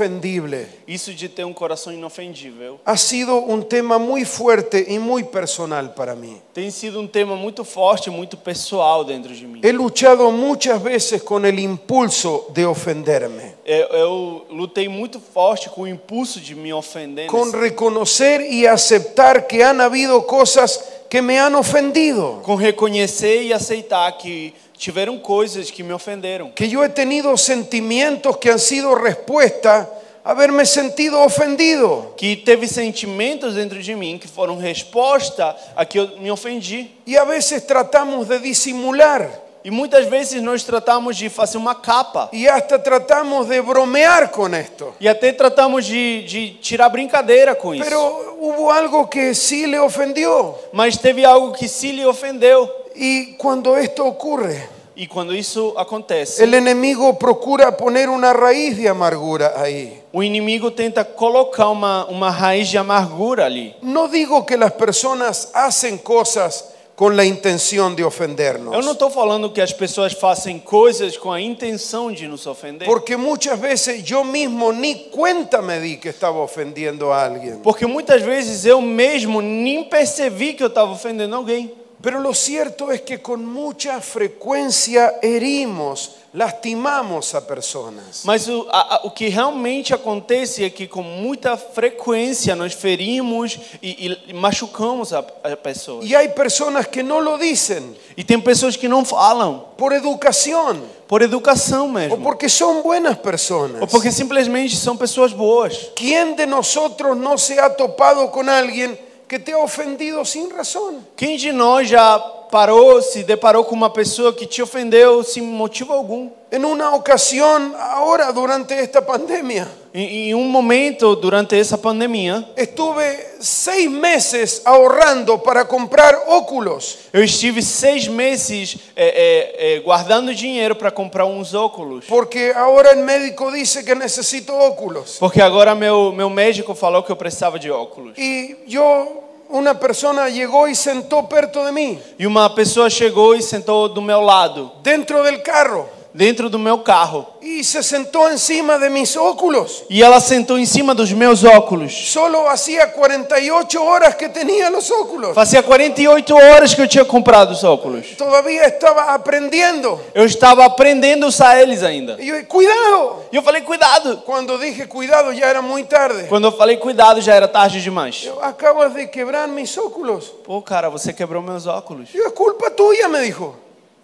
Speaker 2: inofendible
Speaker 3: isso de ter um coração inofendível
Speaker 2: ha sido un tema muy fuerte y muy personal para mí.
Speaker 3: tem sido um tema muito forte, muito pessoal dentro de mim.
Speaker 2: He luchado muchas veces con el impulso de ofenderme,
Speaker 3: Eu, eu lutei muito forte com o impulso de me ofender.
Speaker 2: con
Speaker 3: nesse-
Speaker 2: reconocer y aceptar que han habido cosas que me han ofendido,
Speaker 3: com reconhecer e aceitar que tiveram coisas que me ofenderam.
Speaker 2: que yo he tenido sentimientos que han sido respuesta a haberme sentido ofendido.
Speaker 3: que teve sentimentos dentro de mim que foram resposta a que eu me ofendi.
Speaker 2: Y a veces tratamos de disimular
Speaker 3: E muitas vezes nós tratamos de fazer uma capa
Speaker 2: y hasta tratamos de bromear con esto.
Speaker 3: e até tratamos de, de tirar brincadeira com isso.
Speaker 2: Pero hubo algo que sí le ofendió.
Speaker 3: Mas teve algo que se lhe ofendeu.
Speaker 2: Y cuando esto ocurre,
Speaker 3: E quando isso acontece,
Speaker 2: el enemigo procura poner una raíz de amargura ahí.
Speaker 3: o inimigo tenta colocar uma, uma raiz de amargura ali.
Speaker 2: No digo que las personas hacen cosas con la intención de
Speaker 3: Eu não
Speaker 2: ofendernos.
Speaker 3: estou falando que as pessoas façam coisas com a intenção de nos ofender.
Speaker 2: Porque muchas veces yo mismo ni cuenta me di que estaba ofendiendo a alguien.
Speaker 3: Porque muitas vezes eu mesmo nem percebi que eu estava ofendendo alguém.
Speaker 2: Pero lo cierto es que con mucha frecuencia herimos, lastimamos a personas.
Speaker 3: Mas o, a- a- o que realmente acontece é que com muita frequência nós ferimos e, e machucamos a, a pessoa.
Speaker 2: Y hay personas que no lo dicen
Speaker 3: E tem pessoas que não falam
Speaker 2: por educación
Speaker 3: por educação
Speaker 2: o
Speaker 3: mesmo,
Speaker 2: porque son buenas personas.
Speaker 3: ou porque simplesmente são pessoas boas.
Speaker 2: ¿Quién de nosotros no se ha topado con alguien que te ha ofendido sin razón?
Speaker 3: Quem de nós já parou, se deparou com uma pessoa que te ofendeu sem motivo algum?
Speaker 2: En una ocasión, ahora durante esta pandemia,
Speaker 3: Em, em um momento durante essa pandemia,
Speaker 2: estuve seis meses ahorrando para comprar óculos.
Speaker 3: eu estive seis meses é, é, é, guardando dinheiro para comprar uns óculos.
Speaker 2: Porque ahora el médico dice que necesito óculos.
Speaker 3: Porque agora meu, meu médico falou que eu precisava de óculos.
Speaker 2: Y yo, una persona llegó y sentó perto de mí,
Speaker 3: E uma pessoa chegou e sentou do meu lado,
Speaker 2: dentro del carro,
Speaker 3: dentro do meu carro.
Speaker 2: y se sentó encima de mis óculos.
Speaker 3: E ela sentou em cima dos meus óculos.
Speaker 2: Solo hacía 48 horas que tenía los óculos.
Speaker 3: Fazia 48 horas que eu tinha comprado os óculos.
Speaker 2: Todavía estaba aprendiendo.
Speaker 3: Eu estava aprendendo a usar eles ainda.
Speaker 2: Y yo, cuidado.
Speaker 3: E eu falei, cuidado.
Speaker 2: Cuando dije cuidado ya era muy tarde.
Speaker 3: Quando eu falei, cuidado, já era tarde demais.
Speaker 2: Yo, Acabas de quebrar mis óculos.
Speaker 3: Pô, cara, você quebrou meus óculos.
Speaker 2: Yo, es culpa tuya, me dijo.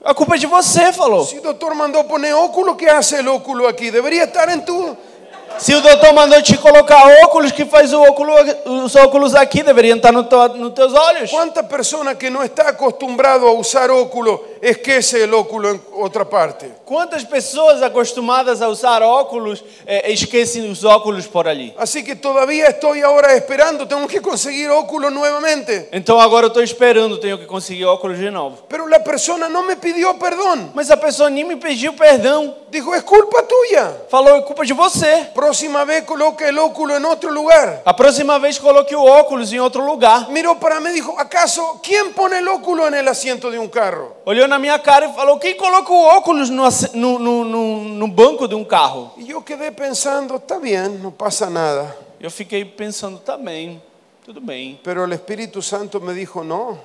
Speaker 3: A culpa é de você, falou.
Speaker 2: Si el doctor mandó poner óculo, ¿qué hace el óculo aquí? Debería estar en tu,
Speaker 3: Se o doutor mandou te colocar óculos, que faz o óculo, os óculos aqui deveriam estar nos no teus olhos.
Speaker 2: ¿Cuántas personas que no está acostumbrado a usar óculo esquece el óculo en otra parte?
Speaker 3: Quantas pessoas acostumadas a usar óculos eh, esquecem os óculos por ali?
Speaker 2: Así que todavía estoy ahora esperando, tengo que conseguir óculo nuevamente.
Speaker 3: Então agora eu estou esperando, tenho que conseguir óculos de novo.
Speaker 2: Pero la persona no me pidió perdón.
Speaker 3: Mas a pessoa nem me pediu perdão.
Speaker 2: Dijo, es culpa tuya.
Speaker 3: Falou, é culpa de você.
Speaker 2: Próxima vez coloca el óculo en otro lugar.
Speaker 3: A próxima vez coloque o óculos em outro lugar.
Speaker 2: Miró para mí y dijo, ¿acaso quién pone el óculo en el asiento de un carro?
Speaker 3: Olhou na minha cara e falou: Quem coloca o óculos no, ass- no, no, no, no banco de um carro?
Speaker 2: Y yo quedé pensando, está bien, no pasa nada.
Speaker 3: Eu fiquei pensando: Tá bem, tudo bem.
Speaker 2: Pero el Espíritu Santo me dijo, no,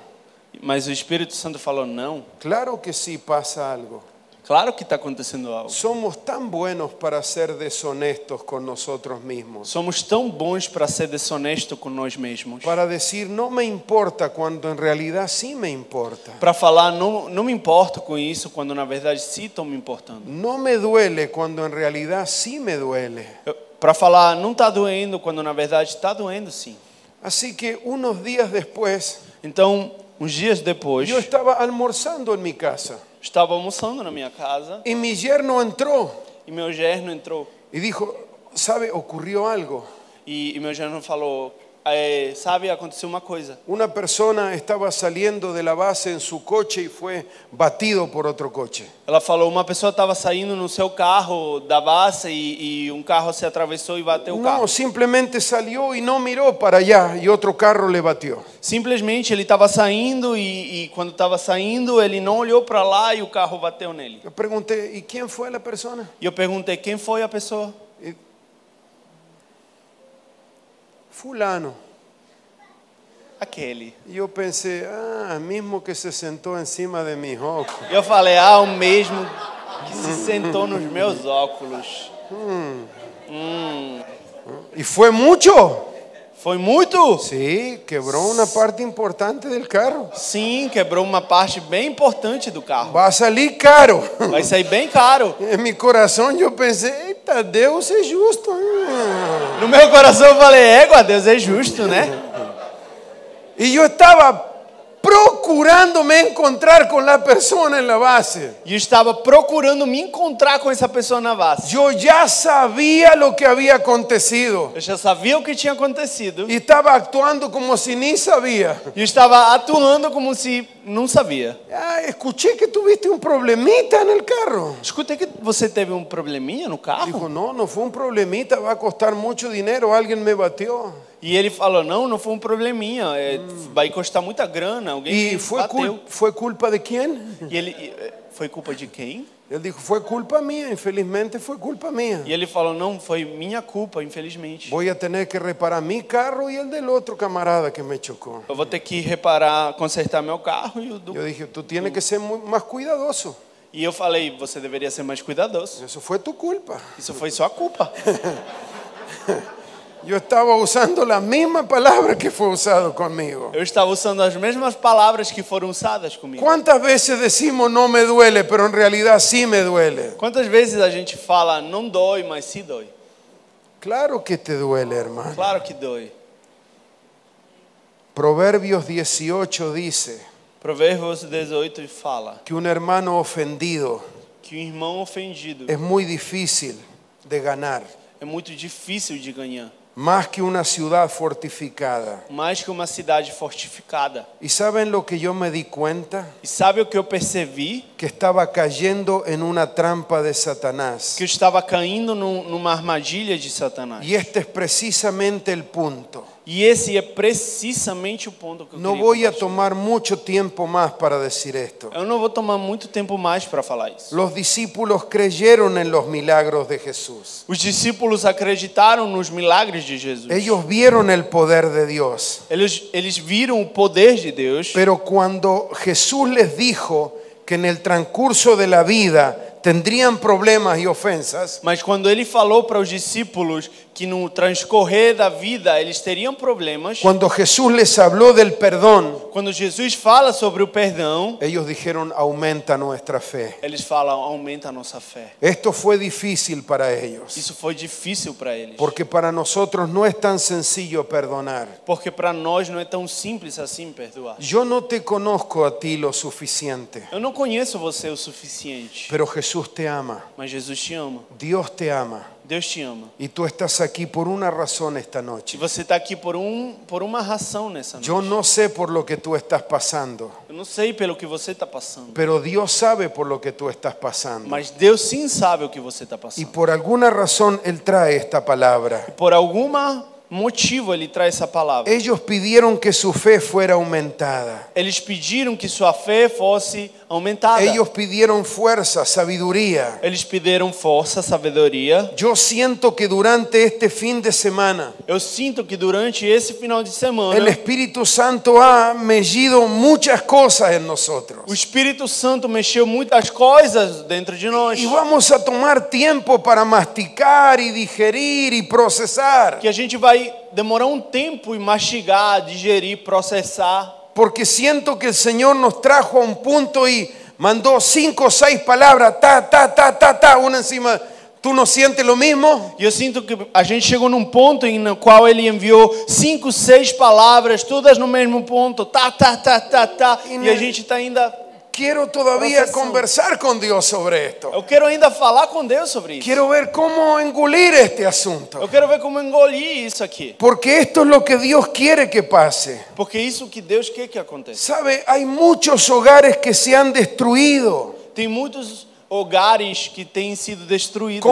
Speaker 3: Mas o Espírito Santo falou: Não,
Speaker 2: claro que sí pasa algo.
Speaker 3: claro que está acontecendo algo.
Speaker 2: Somos tan buenos para ser deshonestos con nosotros mismos.
Speaker 3: Somos tão bons para ser desonesto com nós mesmos.
Speaker 2: Para decir, no me importa cuando en realidad sí me importa.
Speaker 3: Para falar, não, não me importo com isso, quando na verdade sim estão me importando.
Speaker 2: No me duele cuando en realidad sí me duele.
Speaker 3: Eu- Para falar, não está doendo, quando na verdade está doendo sim.
Speaker 2: Así que unos días después,
Speaker 3: Então, uns dias depois,
Speaker 2: yo estaba almorzando en mi casa
Speaker 3: estava almoçando na minha casa
Speaker 2: y mi yerno entró
Speaker 3: e meu gerno entrou.
Speaker 2: y dijo, ¿sabe? Ocurrió algo.
Speaker 3: E, e meu gerno falou, "É, sabe, aconteceu uma coisa.
Speaker 2: Una persona estaba saliendo de la base en su coche y fue batido por otro coche.
Speaker 3: Ela falou, uma pessoa estava saindo no seu carro da base e, e um carro se atravessou e bateu o carro.
Speaker 2: No, simplemente salió y no miró para allá y otro carro le batió.
Speaker 3: Simplesmente ele estava saindo e, e quando estava saindo ele não olhou para lá e o carro bateu nele.
Speaker 2: Yo pregunté, ¿y quién fue la persona?
Speaker 3: E eu perguntei, quem foi a pessoa?
Speaker 2: Y- Fulano.
Speaker 3: Aquele.
Speaker 2: Y Yo pensé, ah, mismo que se sentó encima de mis ojos.
Speaker 3: E eu falei, ah, o mesmo que se sentou nos meus óculos.
Speaker 2: ¿Y fue mucho?
Speaker 3: Foi muito?
Speaker 2: Sí, quebró una parte importante del carro.
Speaker 3: Sim, quebrou uma parte bem importante do carro.
Speaker 2: Va a salir caro.
Speaker 3: Vai sair bem caro.
Speaker 2: En mi corazón yo pensé, "Eta, Dios es justo.
Speaker 3: No meu coração eu falei, égua, Deus é justo, né?
Speaker 2: Y yo estaba procurándome encontrar con la persona en la base.
Speaker 3: E eu estava procurando me encontrar com essa pessoa na base.
Speaker 2: Yo ya sabía lo que había acontecido.
Speaker 3: Eu já sabia o que tinha acontecido.
Speaker 2: Y estaba actuando como si ni sabía.
Speaker 3: E eu estava atuando como se não sabia.
Speaker 2: Ah, escuché que tuviste un problemita en el carro.
Speaker 3: Escutei que você teve um probleminha no carro.
Speaker 2: Dijo, no, no fue un problemita, va a costar mucho dinero, alguien me batió.
Speaker 3: E ele falou, não, não foi um probleminha. é, Vai custar muita grana, alguém
Speaker 2: ¿Y
Speaker 3: me
Speaker 2: fue,
Speaker 3: bateu.
Speaker 2: cul- fue culpa de quién?
Speaker 3: E ele, e, é, foi culpa de quem?
Speaker 2: Él dijo, fue culpa mía, infelizmente fue culpa mía.
Speaker 3: E ele falou, não, foi minha culpa, infelizmente.
Speaker 2: Voy a tener que reparar mi carro y el del otro camarada que me chocó.
Speaker 3: Eu vou ter que reparar, consertar meu carro e o do...
Speaker 2: Yo dije, tú tienes que ser muy- más cuidadoso.
Speaker 3: E eu falei, você deveria ser mais cuidadoso.
Speaker 2: Eso fue tu culpa.
Speaker 3: Isso foi sua culpa.
Speaker 2: Yo estaba usando la misma palabra que fue usado conmigo.
Speaker 3: Eu estava usando as mesmas palavras que foram usadas comigo.
Speaker 2: ¿Cuántas veces decimos no me duele, pero en realidad sí me duele?
Speaker 3: Quantas vezes a gente fala, não dói, mas se dói?
Speaker 2: Claro que te duele, hermano.
Speaker 3: Claro que dói.
Speaker 2: Proverbios 18 dice
Speaker 3: Provérbios 18 fala
Speaker 2: que un hermano ofendido
Speaker 3: que o irmão ofendido
Speaker 2: es muy difícil de ganar,
Speaker 3: é muito difícil de ganhar,
Speaker 2: más que una ciudad fortificada.
Speaker 3: mais que uma cidade fortificada.
Speaker 2: ¿Y saben lo que yo me di cuenta?
Speaker 3: E sabe o que eu percebi?
Speaker 2: Que estaba cayendo en una trampa de Satanás.
Speaker 3: Que eu estava caindo num- numa armadilha de Satanás.
Speaker 2: Y este es precisamente el punto.
Speaker 3: E esse é precisamente o ponto que eu
Speaker 2: No
Speaker 3: queria
Speaker 2: voy a
Speaker 3: compartilhar.
Speaker 2: tomar mucho tiempo más para decir esto.
Speaker 3: Eu não vou tomar muito tempo mais para falar isso.
Speaker 2: Los discípulos creyeron en los milagros de Jesús.
Speaker 3: Os discípulos acreditaram nos milagres de Jesus.
Speaker 2: Ellos vieron el poder de Dios.
Speaker 3: Eles, eles viram o poder de Deus,
Speaker 2: Pero cuando Jesús les dijo que en el transcurso de la vida tendrían problemas y ofensas,
Speaker 3: Mas quando ele falou para os discípulos que no transcorrer da vida eles teriam problemas,
Speaker 2: cuando Jesús les habló del perdón,
Speaker 3: quando Jesus fala sobre o perdão,
Speaker 2: ellos dijeron, aumenta nuestra fe.
Speaker 3: eles falam: aumenta a nossa fé.
Speaker 2: Esto fue difícil para ellos,
Speaker 3: Isso foi difícil para eles,
Speaker 2: porque para nosotros no es tan sencillo perdonar.
Speaker 3: porque para nós não é tão simples assim perdoar.
Speaker 2: Yo no te conozco a ti lo suficiente,
Speaker 3: Eu não conheço você o suficiente,
Speaker 2: pero Jesús te ama,
Speaker 3: mas Jesus te ama,
Speaker 2: Dios te ama,
Speaker 3: Deus te ama.
Speaker 2: y tú estás aquí por una razón esta
Speaker 3: E
Speaker 2: noche.
Speaker 3: você está aqui por um por uma razão nessa noite.
Speaker 2: Yo no sé por lo que tú estás pasando,
Speaker 3: Eu não sei pelo que você está passando,
Speaker 2: pero Dios sabe por lo que tú estás pasando.
Speaker 3: mas Deus sim sabe o que você está
Speaker 2: Y
Speaker 3: passando.
Speaker 2: por alguna razón Él trae esta palabra.
Speaker 3: Por algum motivo ele traz essa palavra.
Speaker 2: Ellos pidieron que su fe fuera aumentada.
Speaker 3: Eles pediram que sua fé fosse aumentada.
Speaker 2: Ellos pidieron fuerza, sabiduría.
Speaker 3: Eles pediram força, sabedoria.
Speaker 2: Yo siento que durante este fin de semana
Speaker 3: Eu sinto que durante esse final de semana,
Speaker 2: el Espíritu Santo ha mellido muchas cosas en nosotros.
Speaker 3: o Espírito Santo mexeu muitas coisas dentro de nós.
Speaker 2: Y vamos a tomar tiempo para masticar y digerir y procesar.
Speaker 3: Que a gente vai demorar um tempo em mastigar, digerir, processar.
Speaker 2: Porque siento que el Señor nos trajo a un punto y mandó cinco o seis palabras, ta, ta, ta, ta, ta, una encima. ¿Tú no sientes lo mismo?
Speaker 3: E eu sinto que a gente chegou num ponto em no qual ele enviou cinco, seis palavras, todas no mesmo ponto, tá, tá, tá, tá, tá,
Speaker 2: E
Speaker 3: e,
Speaker 2: na-
Speaker 3: a gente está ainda.
Speaker 2: Quiero todavía
Speaker 3: Procesión.
Speaker 2: conversar con Dios sobre esto.
Speaker 3: Eu quero ainda falar com Deus sobre isso.
Speaker 2: Quiero ver cómo engulir este
Speaker 3: Eu
Speaker 2: asunto.
Speaker 3: quero ver como engolir isso aqui,
Speaker 2: Porque esto es lo que Dios quiere que pase.
Speaker 3: porque é isso que Deus quer que aconteça.
Speaker 2: Sabe, hay muchos hogares que se han destruido,
Speaker 3: Tem muitos hogares que têm sido destruídos,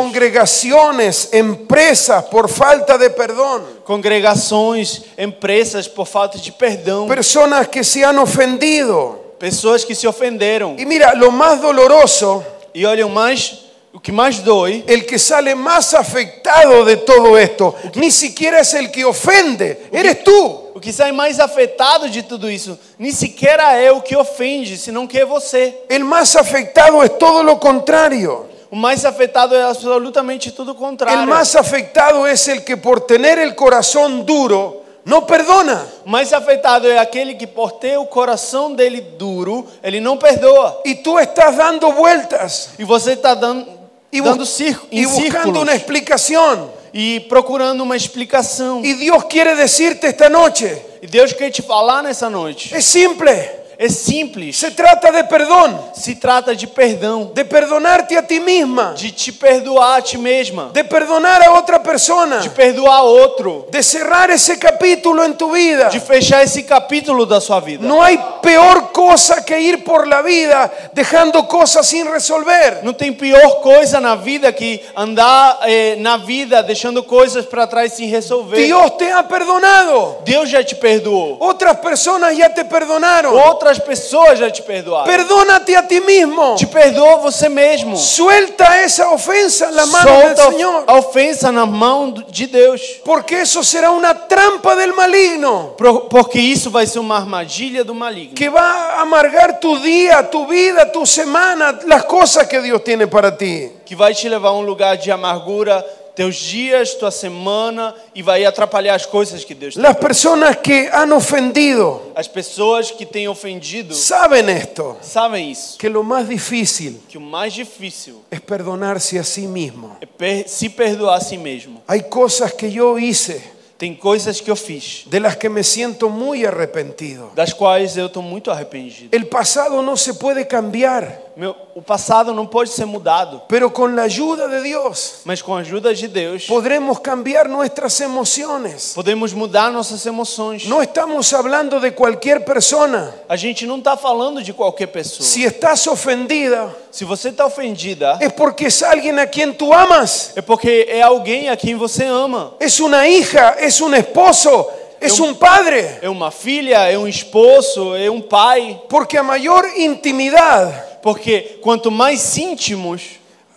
Speaker 2: congregaciones, empresas por falta de perdón,
Speaker 3: congregações, empresas por falta de perdão,
Speaker 2: personas que se han ofendido.
Speaker 3: pessoas que se ofenderam.
Speaker 2: Y mira, lo más doloroso,
Speaker 3: E olha, o mais, o que mais dói
Speaker 2: el que sale más afectado de todo esto, ni siquiera es el que ofende, eres tú.
Speaker 3: O que sai mais afetado de tudo isso, nem sequer é o que ofende, senão que é você.
Speaker 2: El más afectado es todo lo contrario.
Speaker 3: O mais afetado é absolutamente tudo o contrário.
Speaker 2: El más afectado es el que por tener el corazón duro no perdona.
Speaker 3: O mais afetado é aquele que, por ter o coração dele duro, ele não perdoa.
Speaker 2: Y tú estás dando vueltas
Speaker 3: E você está dando,
Speaker 2: y, bus-
Speaker 3: dando circo,
Speaker 2: y
Speaker 3: em
Speaker 2: buscando
Speaker 3: círculos
Speaker 2: una explicación.
Speaker 3: e procurando uma explicação.
Speaker 2: Y Dios quiere decirte esta noche,
Speaker 3: E Deus quer te falar nessa noite.
Speaker 2: es simple,
Speaker 3: É simples.
Speaker 2: se trata de perdón,
Speaker 3: Se trata de perdão,
Speaker 2: de perdonarte a ti misma,
Speaker 3: de te perdoar a ti mesma,
Speaker 2: de perdonar a otra persona,
Speaker 3: de perdoar outro,
Speaker 2: de cerrar ese capítulo en tu vida.
Speaker 3: de fechar esse capítulo da sua vida.
Speaker 2: No hay peor cosa que ir por la vida dejando cosas sin resolver.
Speaker 3: Não tem pior coisa na vida que andar eh, na vida deixando coisas para trás sem resolver.
Speaker 2: Dios te ha perdonado.
Speaker 3: Deus já te perdoou.
Speaker 2: Otras personas ya te perdonaron.
Speaker 3: Outras pessoas já te perdoaram.
Speaker 2: Perdónate a ti mismo.
Speaker 3: Te perdoa você mesmo.
Speaker 2: Suelta esa ofensa en la mano del
Speaker 3: Solta
Speaker 2: Señor.
Speaker 3: a ofensa na mão do- de Deus.
Speaker 2: Porque eso será una trampa del maligno
Speaker 3: Pro- Porque isso vai ser uma armadilha do maligno.
Speaker 2: que va a amargar tu día, tu vida, tu semana, las cosas que Dios tiene para ti.
Speaker 3: Que vai te levar a um lugar de amargura, teus dias, tua semana. E vai atrapalhar as coisas que Deus tem.
Speaker 2: Las personas que han ofendido
Speaker 3: As pessoas que têm ofendido
Speaker 2: saben esto,
Speaker 3: sabem isso.
Speaker 2: que lo más difícil
Speaker 3: Que o mais difícil
Speaker 2: es perdonarse a sí mismo.
Speaker 3: É per- se perdoar a si mesmo.
Speaker 2: Hay cosas que yo hice
Speaker 3: Tem coisas que eu fiz,
Speaker 2: de las que me siento muy arrepentido.
Speaker 3: das quais eu estou muito arrependido.
Speaker 2: El pasado no se puede cambiar,
Speaker 3: Meu, o passado não pode ser mudado,
Speaker 2: pero con la ayuda de Dios
Speaker 3: mas com a ajuda de Deus,
Speaker 2: podremos cambiar nuestras emociones.
Speaker 3: podemos mudar nossas emoções.
Speaker 2: No estamos hablando de cualquier persona.
Speaker 3: A gente não está falando de qualquer pessoa.
Speaker 2: Si estás ofendida,
Speaker 3: Se você está ofendida,
Speaker 2: es porque es alguien a quien tú amas.
Speaker 3: é porque é alguém a quem você ama.
Speaker 2: Es una hija, es un esposo, es un padre.
Speaker 3: É uma filha, é um esposo, é um pai.
Speaker 2: Porque a mayor intimidad,
Speaker 3: Porque quanto mais íntimos,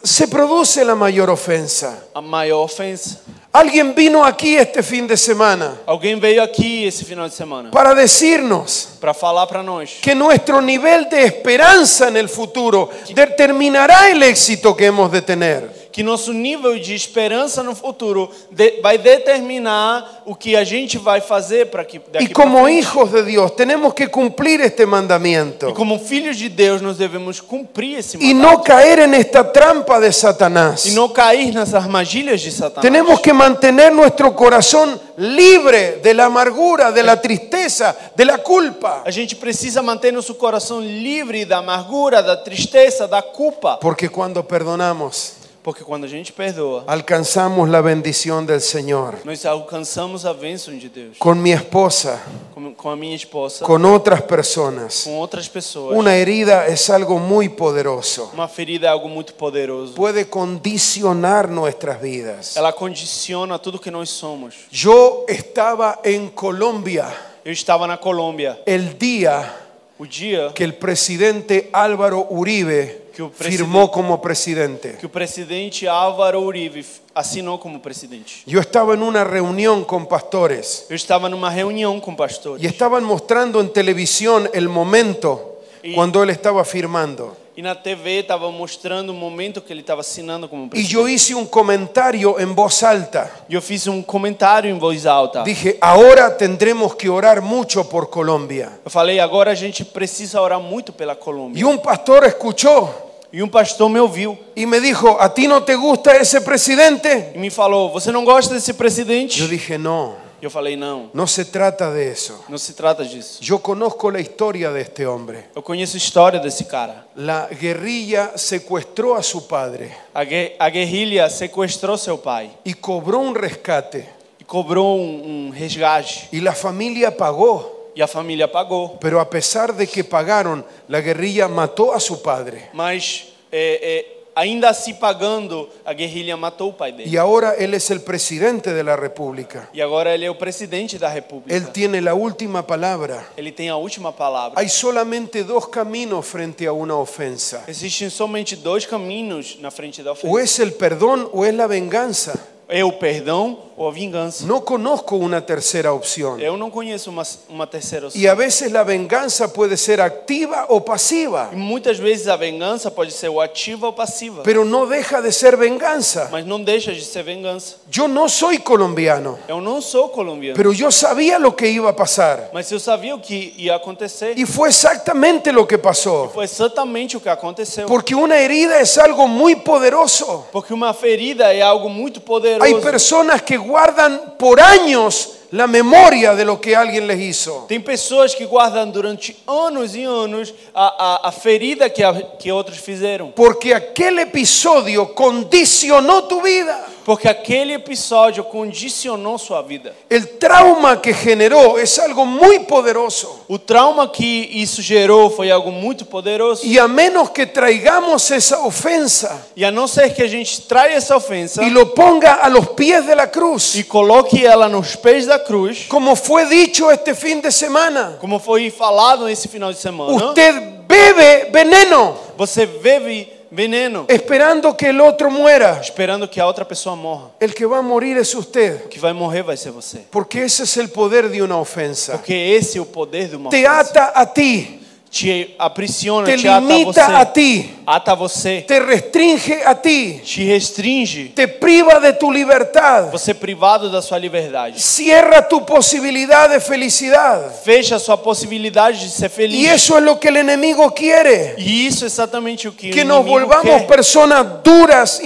Speaker 2: se produce la mayor ofensa.
Speaker 3: a maior ofensa.
Speaker 2: Alguien vino aquí este fin de semana
Speaker 3: Alguém veio aqui esse final de semana
Speaker 2: para decirnos
Speaker 3: para falar para nós
Speaker 2: que nuestro nivel de esperanza en el futuro determinará el éxito que hemos de tener.
Speaker 3: que nosso nível de esperança no futuro de- vai determinar o que a gente vai fazer para que daqui
Speaker 2: Y
Speaker 3: pra
Speaker 2: como
Speaker 3: frente.
Speaker 2: hijos de Dios tenemos que cumplir este mandamiento
Speaker 3: E como filhos de Deus nós devemos cumprir esse
Speaker 2: y
Speaker 3: mandato
Speaker 2: no caer en esta trampa de Satanás.
Speaker 3: e não cair nas armadilhas de Satanás.
Speaker 2: Tenemos que mantener nuestro corazón libre de la amargura, de la tristeza, de la culpa.
Speaker 3: A gente precisa manter nosso coração livre da amargura, da tristeza, da culpa,
Speaker 2: Porque cuando perdonamos,
Speaker 3: porque quando a gente perdoa,
Speaker 2: alcanzamos la bendición del Señor.
Speaker 3: nós alcançamos a bênção de Deus.
Speaker 2: Con mi esposa,
Speaker 3: Com, com a minha esposa,
Speaker 2: con otras personas,
Speaker 3: com outras pessoas,
Speaker 2: una herida es algo muy poderoso.
Speaker 3: uma ferida é algo muito poderoso.
Speaker 2: Puede condicionar nuestras vidas.
Speaker 3: Ela condiciona tudo que nós somos.
Speaker 2: Yo estaba en Colombia
Speaker 3: Eu estava na Colômbia
Speaker 2: el día
Speaker 3: o dia
Speaker 2: que el presidente Álvaro Uribe
Speaker 3: Que o presidente-
Speaker 2: firmó como presidente.
Speaker 3: que o presidente Álvaro Uribe assinou como presidente.
Speaker 2: Yo estaba en una reunión con pastores
Speaker 3: Eu estava numa reunião com pastores.
Speaker 2: y estaban mostrando en televisión el momento
Speaker 3: Y-
Speaker 2: cuando él estaba firmando.
Speaker 3: E na TV estava mostrando o momento que ele estava assinando como
Speaker 2: Y
Speaker 3: presidente.
Speaker 2: yo hice un comentario en voz alta.
Speaker 3: E eu fiz um comentário em voz alta.
Speaker 2: Dije, ahora tendremos que orar mucho por Colombia.
Speaker 3: Eu falei, agora a gente precisa orar muito pela Colômbia.
Speaker 2: Y un pastor escuchó
Speaker 3: E um pastor me ouviu
Speaker 2: y me dijo, ¿a ti no te gusta ese presidente?
Speaker 3: e me falou, você não gosta desse presidente?
Speaker 2: Yo dije, no,
Speaker 3: E Eu falei, não,
Speaker 2: no se trata de eso.
Speaker 3: não se trata disso.
Speaker 2: Yo conozco la historia de este hombre.
Speaker 3: Eu conheço a história desse cara.
Speaker 2: La guerrilla secuestró a su padre
Speaker 3: A, gue- a guerrilha sequestrou seu pai
Speaker 2: y cobró un rescate.
Speaker 3: e cobrou um, um resgate.
Speaker 2: Y la familia pagó,
Speaker 3: E a família pagou.
Speaker 2: pero a pesar de que pagaron, la guerrilla mató a su padre.
Speaker 3: Mas, é, é, ainda assim pagando, a guerrilha matou o pai
Speaker 2: Y
Speaker 3: dele.
Speaker 2: ahora él es el presidente de la República.
Speaker 3: E agora ele é o presidente da
Speaker 2: Él
Speaker 3: república.
Speaker 2: tiene la última palabra.
Speaker 3: Ele tem a última palavra.
Speaker 2: Hay solamente dos caminos frente a una ofensa.
Speaker 3: Existem somente dois caminhos na frente
Speaker 2: O
Speaker 3: da ofensa.
Speaker 2: es el perdón o es la venganza.
Speaker 3: É o perdão ou a vingança.
Speaker 2: No conozco una tercera opción.
Speaker 3: Eu não conheço uma, uma terceira opção.
Speaker 2: Y a veces la venganza puede ser activa o pasiva,
Speaker 3: E muitas vezes a vingança pode ser ou ativa ou passiva.
Speaker 2: pero no deja de ser venganza.
Speaker 3: Mas não deixa de ser vingança.
Speaker 2: Yo no soy colombiano,
Speaker 3: Eu não sou colombiano.
Speaker 2: pero yo sabía lo que iba a pasar.
Speaker 3: Mas eu sabia o que ia acontecer.
Speaker 2: Y fue exactamente lo que pasó.
Speaker 3: Foi exatamente o que aconteceu.
Speaker 2: Porque una herida es algo muy poderoso.
Speaker 3: Porque uma ferida é algo muito
Speaker 2: Hay
Speaker 3: poderoso.
Speaker 2: personas que guardan por años la memoria de lo que alguien les hizo.
Speaker 3: Tem pessoas que guardam durante anos e anos a, a, a ferida que, a, que outros fizeram.
Speaker 2: Porque aquel episodio condicionó tu vida.
Speaker 3: Porque aquele episódio condicionou sua vida.
Speaker 2: El trauma que generó es algo muy poderoso.
Speaker 3: O trauma que isso gerou foi algo muito poderoso.
Speaker 2: Y a menos que traigamos esa ofensa
Speaker 3: E a não ser que a gente traia essa ofensa
Speaker 2: y lo ponga a los pies de la
Speaker 3: e
Speaker 2: cruz,
Speaker 3: coloque ela nos pés da cruz,
Speaker 2: como fue dicho este fin de semana,
Speaker 3: como foi falado esse final de semana,
Speaker 2: usted bebe veneno
Speaker 3: você bebe veneno
Speaker 2: esperando que el otro muera.
Speaker 3: esperando que a outra pessoa morra.
Speaker 2: El que va a morir es usted,
Speaker 3: O que vai morrer vai ser você.
Speaker 2: porque esse es el poder de una ofensa.
Speaker 3: Porque esse é o poder de uma
Speaker 2: Te
Speaker 3: ofensa.
Speaker 2: ata a ti,
Speaker 3: te aprisiona,
Speaker 2: te
Speaker 3: te, ata a você.
Speaker 2: limita a ti,
Speaker 3: Ata você,
Speaker 2: te restringe a ti,
Speaker 3: te restringe,
Speaker 2: te priva de tu libertad,
Speaker 3: você é privado da sua liberdade.
Speaker 2: cierra tu posibilidad de felicidad.
Speaker 3: Fecha a sua possibilidade de ser feliz.
Speaker 2: Y eso es lo que el enemigo quiere,
Speaker 3: E isso é exatamente o que,
Speaker 2: que
Speaker 3: o
Speaker 2: nos
Speaker 3: inimigo
Speaker 2: volvamos
Speaker 3: quer.
Speaker 2: personas duras,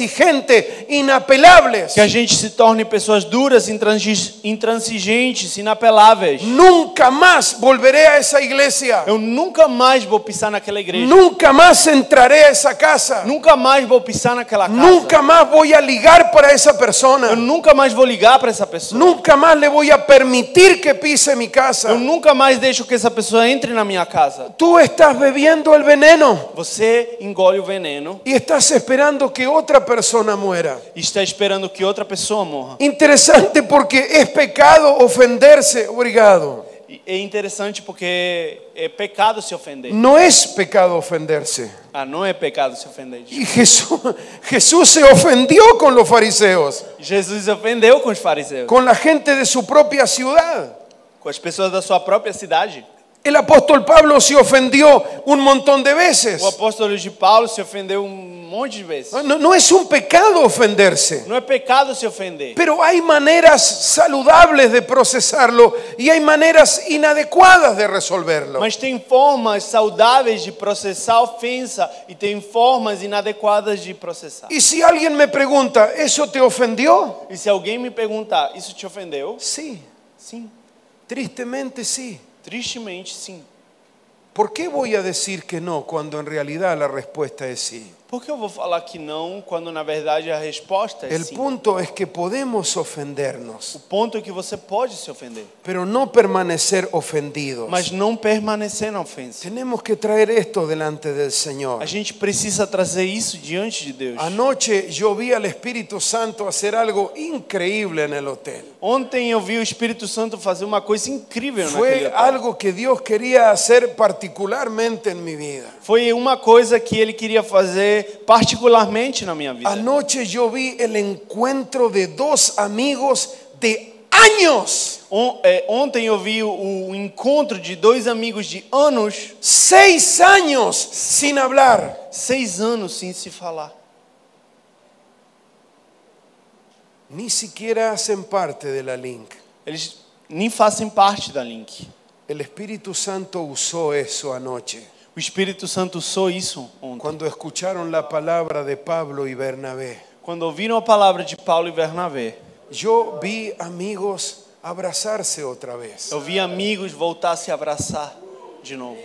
Speaker 2: intransigentes, inapelables.
Speaker 3: Que a gente se torne pessoas duras, intransi- intransigentes, inapeláveis.
Speaker 2: Nunca más volveré a esa iglesia,
Speaker 3: Eu nunca mais vou pisar naquela igreja.
Speaker 2: nunca más entraré a esa casa.
Speaker 3: Nunca mais vou pisar naquela casa.
Speaker 2: Nunca más voy a ligar para esa
Speaker 3: Eu
Speaker 2: persona.
Speaker 3: nunca mais vou ligar para essa pessoa.
Speaker 2: Nunca más le voy a permitir que pise mi casa.
Speaker 3: Eu nunca mais deixo que essa pessoa entre na minha casa.
Speaker 2: Tú estás bebiendo el veneno
Speaker 3: Você engole o veneno
Speaker 2: y estás esperando que otra persona muera.
Speaker 3: e está esperando que outra pessoa morra.
Speaker 2: Interesante porque es pecado ofenderse. Obrigado.
Speaker 3: E é interessante porque é pecado se ofender.
Speaker 2: No es pecado ofenderse.
Speaker 3: Ah, não é pecado se ofender.
Speaker 2: Y Jesús, Jesús se ofendió con los fariseos,
Speaker 3: Jesus se ofendeu com os fariseus,
Speaker 2: con la gente de su propia ciudad.
Speaker 3: com as pessoas da sua própria cidade.
Speaker 2: El apóstol Pablo se ofendió un montón de veces.
Speaker 3: O apóstolo de Paulo se ofendeu um monte de vezes.
Speaker 2: No, no es un pecado ofenderse.
Speaker 3: Não é pecado se ofender,
Speaker 2: Pero hay maneras saludables de procesarlo y hay maneras inadecuadas de resolverlo.
Speaker 3: mas tem formas saudáveis de processar a ofensa e tem formas inadequadas de processar.
Speaker 2: Y si alguien me pregunta, ¿eso te ofendió?
Speaker 3: E se alguém me perguntar, isso te ofendeu?
Speaker 2: Sí,
Speaker 3: Sim.
Speaker 2: tristemente sí.
Speaker 3: Tristemente, sim.
Speaker 2: ¿Por qué voy a decir que no cuando en realidad la respuesta es sí?
Speaker 3: Por que eu vou falar que não quando na verdade a resposta é
Speaker 2: El
Speaker 3: sim?
Speaker 2: punto es que podemos ofendernos,
Speaker 3: O ponto é que você pode se ofender,
Speaker 2: pero no permanecer ofendidos.
Speaker 3: mas não permanecer na ofensa.
Speaker 2: Tenemos que traer esto delante del Señor.
Speaker 3: A gente precisa trazer isso diante de Deus.
Speaker 2: Anoche yo vi al Espíritu Santo hacer algo increíble en el hotel.
Speaker 3: Ontem eu vi o Espírito Santo fazer uma coisa incrível naquele
Speaker 2: Fue
Speaker 3: hotel.
Speaker 2: algo que Dios quería hacer particularmente en mi vida.
Speaker 3: Foi uma coisa que ele queria fazer particularmente na minha vida.
Speaker 2: Anoche yo vi el encuentro de dos amigos de años,
Speaker 3: On- é, ontem eu vi o, o encontro de dois amigos de anos,
Speaker 2: seis años sin hablar.
Speaker 3: seis anos sem se falar.
Speaker 2: Ni siquiera hacen parte de la link.
Speaker 3: Eles nem fazem parte da Link.
Speaker 2: El Espíritu Santo usó eso anoche
Speaker 3: O Espírito Santo sou isso ontem.
Speaker 2: cuando escucharon la palabra de Pablo y Bernabé.
Speaker 3: Quando ouviram a palavra de Paulo e Bernabé,
Speaker 2: Yo vi amigos abrazarse otra vez.
Speaker 3: eu vi amigos voltar a se abraçar de novo.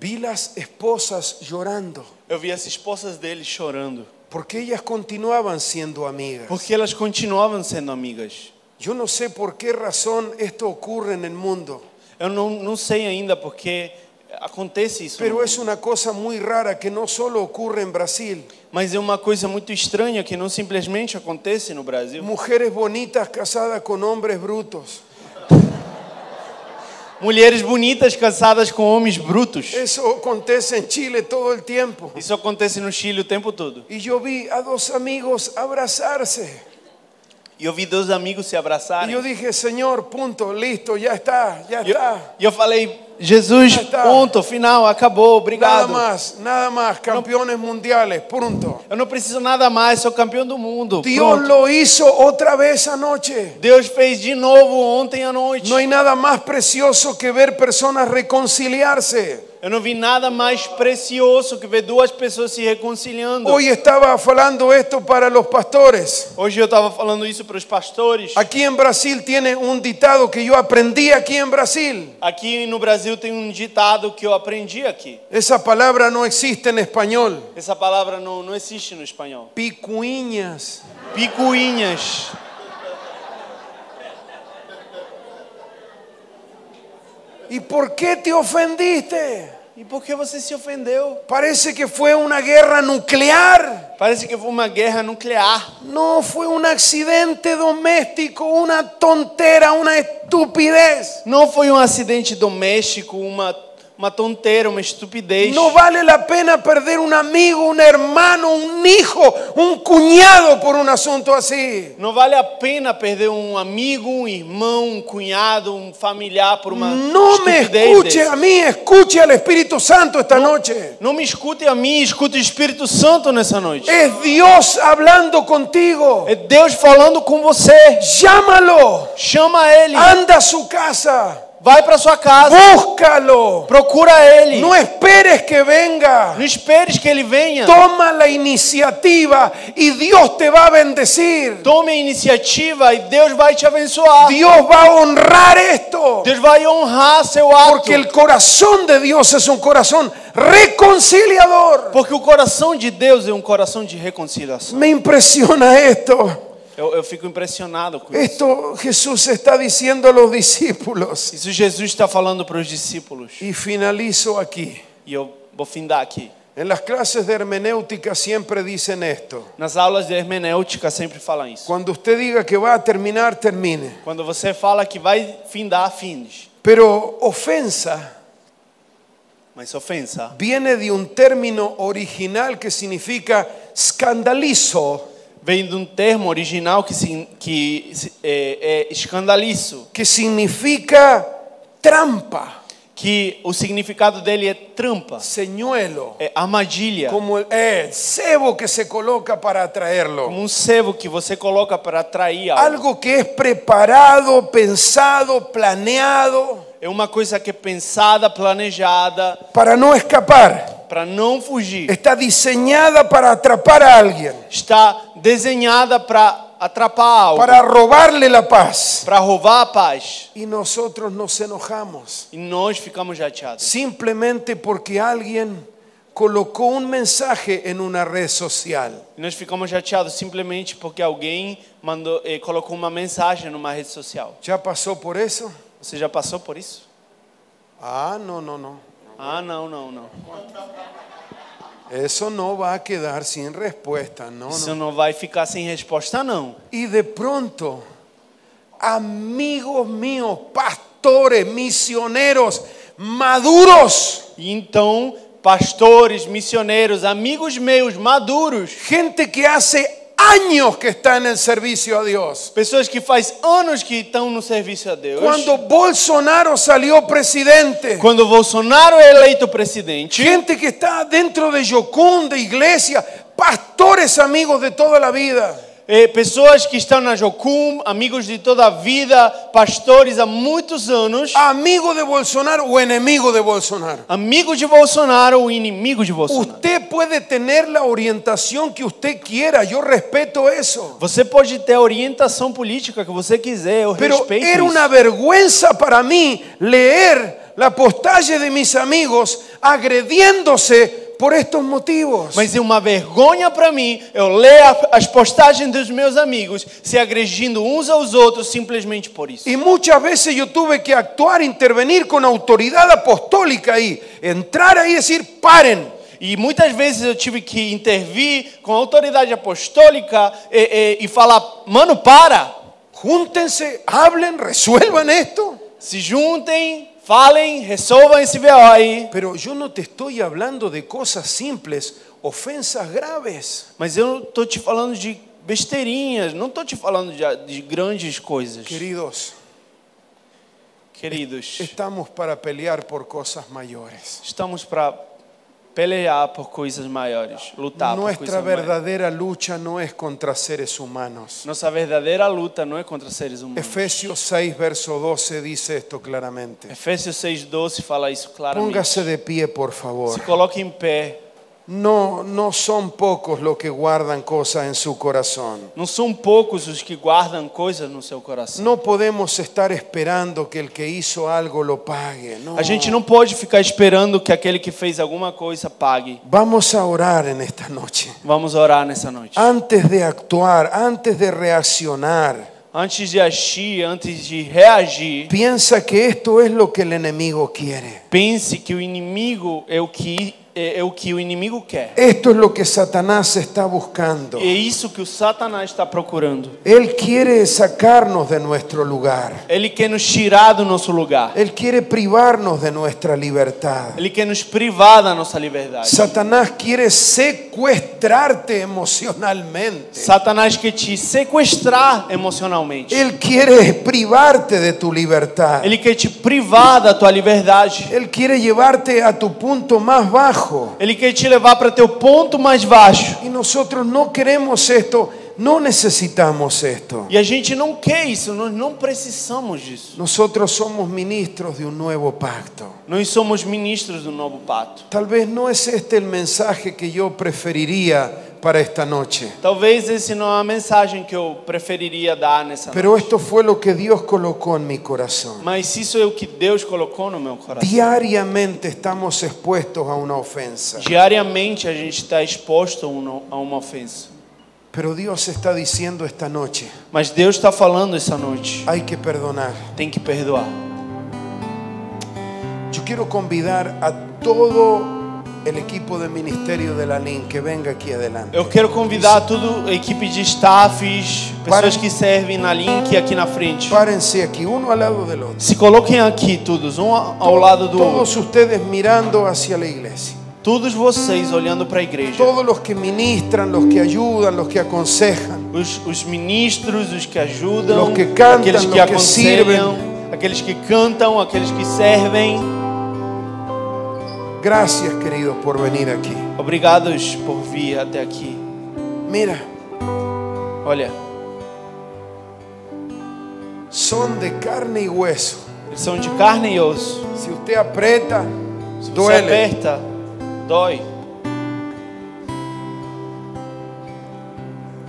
Speaker 2: Vi las esposas llorando
Speaker 3: Eu vi as esposas deles chorando,
Speaker 2: porque ellas continuaban siendo amigas.
Speaker 3: porque elas continuavam sendo amigas.
Speaker 2: Yo no sé por qué razón esto ocurre en el mundo,
Speaker 3: Eu não, não sei ainda porque acontece isso. no
Speaker 2: pero es
Speaker 3: mundo.
Speaker 2: una cosa muy rara que no solo ocurre en Brasil.
Speaker 3: Mas é uma coisa muito estranha que não simplesmente acontece no Brasil.
Speaker 2: Mujeres bonitas casadas con hombres brutos.
Speaker 3: Mulheres bonitas casadas com homens brutos.
Speaker 2: Eso acontece en Chile todo el tiempo.
Speaker 3: Isso acontece no Chile o tempo todo.
Speaker 2: Y yo vi a dos amigos abrazarse.
Speaker 3: E eu vi dois amigos se
Speaker 2: Y
Speaker 3: abraçarem.
Speaker 2: yo dije, Señor, punto, listo, ya está, ya
Speaker 3: E eu,
Speaker 2: está.
Speaker 3: e eu falei, Jesus,
Speaker 2: Ah, tá.
Speaker 3: ponto, final, acabou,
Speaker 2: Nada
Speaker 3: obrigado.
Speaker 2: más, nada más, campeones mundiales, punto.
Speaker 3: Eu não preciso nada mais, sou campeão do mundo.
Speaker 2: Dios
Speaker 3: pronto.
Speaker 2: lo hizo otra vez anoche.
Speaker 3: Deus fez de novo ontem à noite.
Speaker 2: No hay nada más precioso que ver personas reconciliarse.
Speaker 3: Eu não vi nada mais precioso que ver duas pessoas se reconciliando.
Speaker 2: Hoy estaba hablando esto para los pastores.
Speaker 3: Hoje eu estava falando isso para os pastores.
Speaker 2: Aquí en Brasil tiene un dictado que yo aprendí aquí en Brasil.
Speaker 3: Aqui no Brasil tem um ditado que eu aprendi aqui.
Speaker 2: Esa palabra no existe en español.
Speaker 3: Essa palavra não, não existe no espanhol.
Speaker 2: Picuiñas.
Speaker 3: Picuinhas.
Speaker 2: ¿Y por qué te ofendiste?
Speaker 3: E por que você se ofendeu?
Speaker 2: Parece que fue una guerra nuclear.
Speaker 3: Parece que foi uma guerra nuclear.
Speaker 2: No, fue un accidente doméstico, una tontera, una estupidez.
Speaker 3: Não foi um acidente doméstico, uma, uma tonteira, uma estupidez.
Speaker 2: No vale la pena perder un amigo, un hermano, un hijo, un cuñado por un asunto así.
Speaker 3: Não vale a pena perder um amigo, um irmão, um cunhado, um familiar por uma
Speaker 2: No me
Speaker 3: estupidez
Speaker 2: escuche
Speaker 3: dessa.
Speaker 2: a mí, escuche al Espíritu Santo esta noche.
Speaker 3: Não me escute a mim, escute o Espírito Santo nessa noite.
Speaker 2: Es Dios hablando contigo.
Speaker 3: É Deus falando com você.
Speaker 2: Llámalo.
Speaker 3: Chama ele,
Speaker 2: Anda a su casa.
Speaker 3: vai para sua casa,
Speaker 2: Búscalo.
Speaker 3: procura ele.
Speaker 2: No esperes que venga.
Speaker 3: Não esperes que ele venha.
Speaker 2: Toma la iniciativa y Dios te va a bendecir.
Speaker 3: Tome a iniciativa e Deus vai te abençoar.
Speaker 2: Dios va a honrar esto.
Speaker 3: Deus vai honrar seu ato.
Speaker 2: Porque el corazón de Dios es un corazón reconciliador.
Speaker 3: Porque o coração de Deus é um coração de reconciliação.
Speaker 2: Me impresiona esto.
Speaker 3: Eu, eu fico impressionado com isso.
Speaker 2: Esto Jesús está diciendo a los discípulos.
Speaker 3: Isso Jesus está falando para os discípulos.
Speaker 2: Y finalizo aquí.
Speaker 3: E eu vou findar aqui.
Speaker 2: En las clases de hermenéutica siempre dicen esto.
Speaker 3: Nas aulas de hermenêutica sempre falam isso.
Speaker 2: Cuando usted diga que va a terminar, termine.
Speaker 3: Quando você fala que vai findar, finde.
Speaker 2: Pero ofensa
Speaker 3: Mas ofensa
Speaker 2: viene de un término original que significa escandalizo,
Speaker 3: vem de um termo original que, se, que se- é, é escandalizo,
Speaker 2: que significa trampa,
Speaker 3: que o significado dele é trampa,
Speaker 2: señuelo,
Speaker 3: é armadilha, como,
Speaker 2: como el eh, cebo que se coloca para atraerlo.
Speaker 3: um sebo que você coloca para atrair algo.
Speaker 2: Algo que es preparado, pensado, planeado
Speaker 3: É uma coisa que é pensada, planejada,
Speaker 2: para no escapar.
Speaker 3: para não fugir.
Speaker 2: Está diseñada para atrapar a alguien,
Speaker 3: Está desenhada para atrapar algo,
Speaker 2: para robarle la paz.
Speaker 3: para roubar a paz.
Speaker 2: Y nosotros nos enojamos.
Speaker 3: E nós ficamos chateados.
Speaker 2: simplemente porque alguien colocó un mensaje en una red social.
Speaker 3: E nós ficamos chateados simplesmente porque alguém mandou, eh, colocou uma mensagem numa rede social.
Speaker 2: ¿Ya pasó por eso?
Speaker 3: Você já passou por isso?
Speaker 2: Ah, no, no, no.
Speaker 3: Ah, não, não, não.
Speaker 2: Eso no va a quedar sin respuesta, no,
Speaker 3: Isso
Speaker 2: no.
Speaker 3: não vai ficar sem resposta, não.
Speaker 2: Y de pronto, amigos míos, pastores, misioneros, maduros,
Speaker 3: E então, pastores, missioneiros, amigos meus maduros,
Speaker 2: gente que hace años que está en el servicio a Dios.
Speaker 3: pessoas que faz anos que estão no serviço a Deus.
Speaker 2: Cuando Bolsonaro salió presidente,
Speaker 3: Quando Bolsonaro é eleito presidente,
Speaker 2: Gente que está dentro de Yocum, de iglesia, pastores amigos de toda la vida.
Speaker 3: eh, pessoas que estão na Jocum, amigos de toda a vida, pastores há muitos anos,
Speaker 2: Amigo de Bolsonaro o enemigo de Bolsonaro.
Speaker 3: amigos de Bolsonaro ou inimigo de Bolsonaro.
Speaker 2: Usted puede tener la orientación que usted quiera, yo respeto eso.
Speaker 3: Você pode ter a orientação política que você quiser, eu
Speaker 2: Pero
Speaker 3: respeito
Speaker 2: era
Speaker 3: isso.
Speaker 2: una vergüenza para mí leer la postaje de mis amigos agrediéndose por estos motivos.
Speaker 3: Mas é uma vergonha para mim eu ler a- as postagens dos meus amigos se agredindo uns aos outros simplesmente por isso.
Speaker 2: Y muchas veces yo tuve que actuar, intervenir con autoridad apostólica ahí, entrar ahí y decir, paren.
Speaker 3: E muitas vezes eu tive que intervir com a autoridade apostólica e, e- e falar: mano, para!
Speaker 2: Júntense, hablen, resuelvan esto.
Speaker 3: Se juntem, falem, resolvam esse BO aí.
Speaker 2: Pero yo no te estoy hablando de cosas simples, ofensas graves
Speaker 3: Mas eu não tô te falando de besteirinhas, não tô te falando de, de grandes coisas,
Speaker 2: Queridos,
Speaker 3: queridos.
Speaker 2: estamos para pelear por cosas mayores.
Speaker 3: Estamos para pelear por coisas maiores, lutar por
Speaker 2: Nuestra
Speaker 3: coisas maiores.
Speaker 2: verdadera lucha no es contra seres humanos.
Speaker 3: Nossa verdadeira luta não é contra seres humanos.
Speaker 2: Efesios 6, verso 12 dice esto claramente.
Speaker 3: Efésios 6,12 fala isso claramente.
Speaker 2: Póngase de pie, por favor.
Speaker 3: Se coloque em pé.
Speaker 2: No, no son pocos los que guardan cosas en su corazón.
Speaker 3: Não são poucos os que guardam coisas no seu coração.
Speaker 2: No podemos estar esperando que el que hizo algo lo pague. No.
Speaker 3: A gente não pode ficar esperando que aquele que fez alguma coisa pague.
Speaker 2: Vamos a orar en esta noche.
Speaker 3: Vamos orar nessa noite.
Speaker 2: Antes de actuar, antes de reaccionar,
Speaker 3: Antes de agir, antes de reagir,
Speaker 2: piensa que esto es lo que el enemigo quiere.
Speaker 3: pense que o inimigo é o que é, é o que o inimigo quer.
Speaker 2: Esto es lo que Satanás está buscando.
Speaker 3: É isso que o Satanás está procurando.
Speaker 2: Él quiere sacarnos de nuestro lugar.
Speaker 3: Ele quer nos tirar do nosso lugar.
Speaker 2: Él quiere privarnos de nuestra libertad.
Speaker 3: Ele quer nos privar da nossa liberdade.
Speaker 2: Satanás quiere secuestrarte emocionalmente.
Speaker 3: Satanás quer te sequestrar emocionalmente.
Speaker 2: Él quiere privarte de tu libertad.
Speaker 3: Ele quer te privar da tua liberdade.
Speaker 2: Él quiere llevarte a tu punto más bajo.
Speaker 3: Ele quer te levar para teu ponto mais baixo.
Speaker 2: Y nosotros no queremos esto, no necesitamos esto.
Speaker 3: E a gente não quer isso, nós não precisamos disso.
Speaker 2: Nosotros somos ministros de un nuevo pacto.
Speaker 3: Nós somos ministros do novo pacto.
Speaker 2: Tal vez no es este el mensaje que yo preferiría para esta noche,
Speaker 3: Talvez esse não é a mensagem que eu preferiria dar nessa
Speaker 2: pero
Speaker 3: noite.
Speaker 2: esto fue lo que Dios colocó en mi corazón.
Speaker 3: Mas isso é o que Deus colocou no meu coração.
Speaker 2: Diariamente estamos expuestos a una ofensa,
Speaker 3: Diariamente a gente está exposto a uma- a uma ofensa.
Speaker 2: pero Dios está diciendo esta noche,
Speaker 3: Mas Deus está falando essa noite.
Speaker 2: hay que perdonar.
Speaker 3: Tem que perdoar.
Speaker 2: Yo quiero convidar a todo el equipo de ministerio de la LIN que venga aquí adelante.
Speaker 3: Eu quero convidar toda a equipe de staffs, pessoas que servem na Link aqui na frente.
Speaker 2: Párense aquí, uno al lado del otro.
Speaker 3: Se coloquem aqui todos, um ao lado do outro.
Speaker 2: Todos ustedes mirando hacia la iglesia.
Speaker 3: Todos vocês olhando para a igreja.
Speaker 2: Todos los que ministran, los que ayudan, los que aconsejan.
Speaker 3: Os, os ministros, os que ajudam,
Speaker 2: Los que cantam,
Speaker 3: aqueles que
Speaker 2: los que
Speaker 3: aconselham, aqueles que cantam, aqueles que servem.
Speaker 2: Gracias, queridos, por venir aquí.
Speaker 3: Obrigados por vir até aqui.
Speaker 2: Mira,
Speaker 3: Olha,
Speaker 2: son de carne y hueso.
Speaker 3: eles são de carne e osso.
Speaker 2: Si usted aprieta,
Speaker 3: Se você
Speaker 2: duele.
Speaker 3: aperta, dói.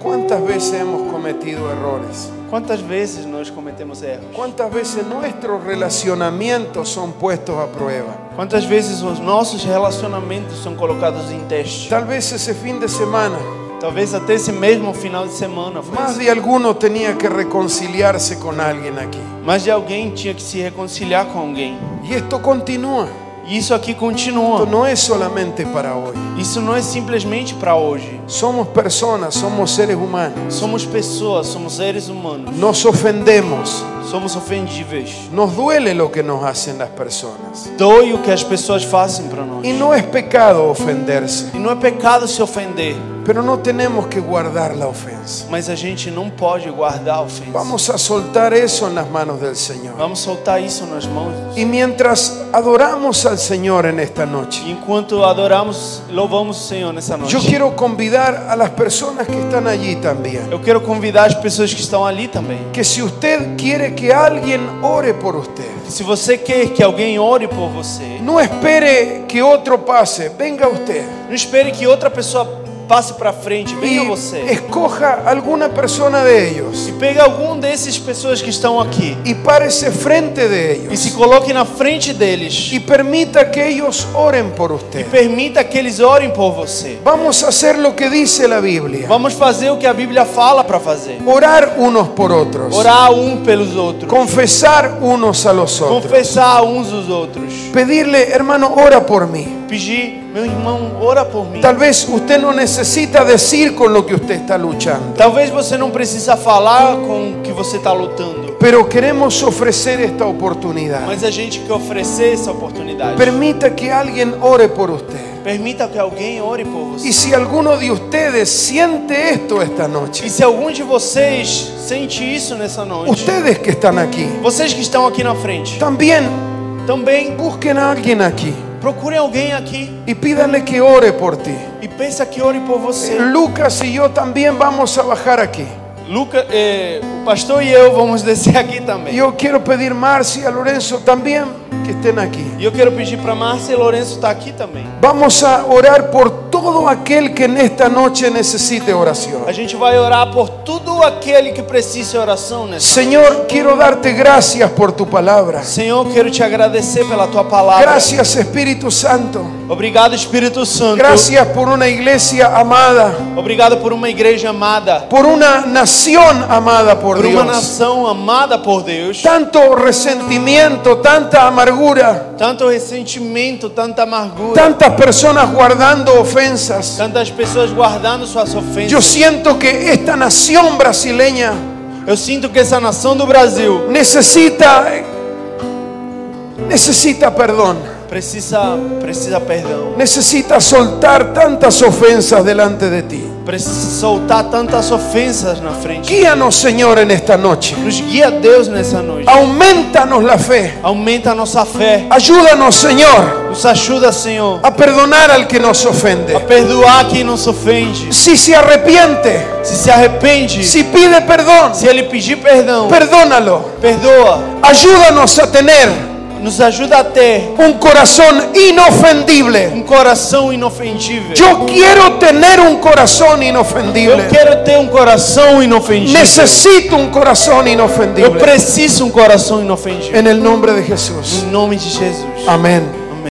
Speaker 2: ¿Cuántas veces hemos cometido errores?
Speaker 3: Quantas vezes nós cometemos erros?
Speaker 2: ¿Cuántas veces nuestros relacionamientos son puestos a prueba?
Speaker 3: Quantas vezes os nossos relacionamentos são colocados em teste?
Speaker 2: Tal vez ese fin de semana,
Speaker 3: Talvez até esse mesmo final de semana. Foi
Speaker 2: más
Speaker 3: assim.
Speaker 2: de alguno tenía que reconciliarse con alguien aquí.
Speaker 3: Mas de alguém tinha que se reconciliar com alguém.
Speaker 2: Y esto continúa.
Speaker 3: E isso aqui
Speaker 2: Esto
Speaker 3: continua.
Speaker 2: no es solamente para hoy.
Speaker 3: Isso não é simplesmente para hoje.
Speaker 2: Somos personas, somos seres humanos.
Speaker 3: Somos pessoas, somos seres humanos.
Speaker 2: Nos ofendemos.
Speaker 3: Somos ofendíveis.
Speaker 2: Nos duele lo que nos hacen las personas.
Speaker 3: Dói o que as pessoas fazem para nós.
Speaker 2: Y no es pecado ofenderse,
Speaker 3: E não é pecado se ofender,
Speaker 2: pero no tenemos que guardar la ofensa.
Speaker 3: mas a gente não pode guardar a ofensa.
Speaker 2: Vamos a soltar eso en las manos del Señor.
Speaker 3: Vamos soltar isso nas mãos.
Speaker 2: Y mientras adoramos al Señor en esta noche,
Speaker 3: Enquanto adoramos, louvamos o Senhor nessa noite.
Speaker 2: yo quiero convidar a las personas que están allí también,
Speaker 3: Eu quero convidar as pessoas que estão ali também.
Speaker 2: que si usted quiere que alguien ore por usted,
Speaker 3: Se você quer que alguém ore por você,
Speaker 2: no espere que otro pase, venga usted
Speaker 3: não espere que outra pessoa passe para frente, venha
Speaker 2: y
Speaker 3: você.
Speaker 2: escoja alguna persona de ellos
Speaker 3: E pegue algum desses pessoas que estão aqui
Speaker 2: y párese frente de
Speaker 3: e se
Speaker 2: ellos
Speaker 3: coloque na frente deles.
Speaker 2: y permita que ellos oren por usted.
Speaker 3: Permita que eles orem por você.
Speaker 2: Vamos a hacer lo que dice la Biblia,
Speaker 3: Vamos fazer o que a Bíblia fala para fazer.
Speaker 2: orar unos por otros,
Speaker 3: Orar um pelos outros.
Speaker 2: confesar unos a los otros.
Speaker 3: Confessar uns os outros.
Speaker 2: pedirle, hermano, ora por mí.
Speaker 3: Pedir, meu irmão, ora por mim.
Speaker 2: Tal vez usted no necesita decir con lo que usted está luchando,
Speaker 3: Talvez você não precisa falar com o que você está lutando,
Speaker 2: pero queremos ofrecer esta oportunidad.
Speaker 3: mas a gente quer oferecer essa oportunidade.
Speaker 2: Permita que alguien ore por usted.
Speaker 3: Permita que alguém ore por
Speaker 2: Y
Speaker 3: você.
Speaker 2: si alguno de ustedes siente esto esta
Speaker 3: E
Speaker 2: noche,
Speaker 3: se algum de vocês sente isso nessa noite,
Speaker 2: ustedes que están aquí,
Speaker 3: vocês que estão aqui na frente,
Speaker 2: también
Speaker 3: também
Speaker 2: busquen a alguien aquí
Speaker 3: procurem alguém aqui
Speaker 2: y pídanle que ore por ti.
Speaker 3: e pensa que ore por você.
Speaker 2: Lucas y yo también vamos a bajar aquí.
Speaker 3: Luca, eh, o pastor e eu vamos descer aqui também.
Speaker 2: Yo quiero pedir Marcia, Lorenzo también que estén aquí.
Speaker 3: E eu quero pedir para Márcia e Lourenço estar aqui também.
Speaker 2: Vamos a orar por todo aquel que en esta noche necesite oración.
Speaker 3: A gente vai orar por tudo aquele que precisa de oração né? nessa.
Speaker 2: Señor, quiero darte gracias por tu palabra.
Speaker 3: Senhor, quero te agradecer pela tua palavra.
Speaker 2: Gracias Espíritu Santo.
Speaker 3: Obrigado, Espírito Santo.
Speaker 2: Gracias por una iglesia amada,
Speaker 3: Obrigado por uma igreja amada,
Speaker 2: por una nación amada por
Speaker 3: por uma
Speaker 2: Dios.
Speaker 3: nação amada por Deus.
Speaker 2: Tanto resentimiento, tanta amargura,
Speaker 3: Tanto ressentimento, tanta amargura,
Speaker 2: tantas personas guardando ofensas.
Speaker 3: tantas pessoas guardando suas
Speaker 2: Yo
Speaker 3: ofensas.
Speaker 2: siento que esta nación brasileña
Speaker 3: Eu sinto que essa nação do Brasil
Speaker 2: necesita necesita perdón.
Speaker 3: precisa precisa perdão.
Speaker 2: Necesitas soltar tantas ofensas delante de ti.
Speaker 3: Precisa soltar tantas ofensas na frente.
Speaker 2: Guíanos, Señor, en esta noche.
Speaker 3: Nos guia Deus nessa noite.
Speaker 2: Aumentanos la fe.
Speaker 3: Aumenta a nossa fé.
Speaker 2: Ayúdanos, Señor,
Speaker 3: Nos ajuda, Senhor,
Speaker 2: a perdonar al que nos
Speaker 3: a
Speaker 2: ofende.
Speaker 3: perdoar quem nos ofende.
Speaker 2: Si se arrepiente,
Speaker 3: Se se arrepende,
Speaker 2: si pide perdón,
Speaker 3: se ele pedir perdão,
Speaker 2: perdónalo.
Speaker 3: perdoa.
Speaker 2: Ayúdanos a tener
Speaker 3: Nos ajuda a ter
Speaker 2: un corazón inofendible.
Speaker 3: um coração inofendível.
Speaker 2: Yo quiero tener un corazón
Speaker 3: Eu
Speaker 2: inofendible.
Speaker 3: quero ter um coração inofendível.
Speaker 2: Necesito un corazón
Speaker 3: Eu
Speaker 2: inofendible.
Speaker 3: preciso um coração inofendível.
Speaker 2: En el nombre de Jesús.
Speaker 3: Em nome de Jesus.
Speaker 2: Amén.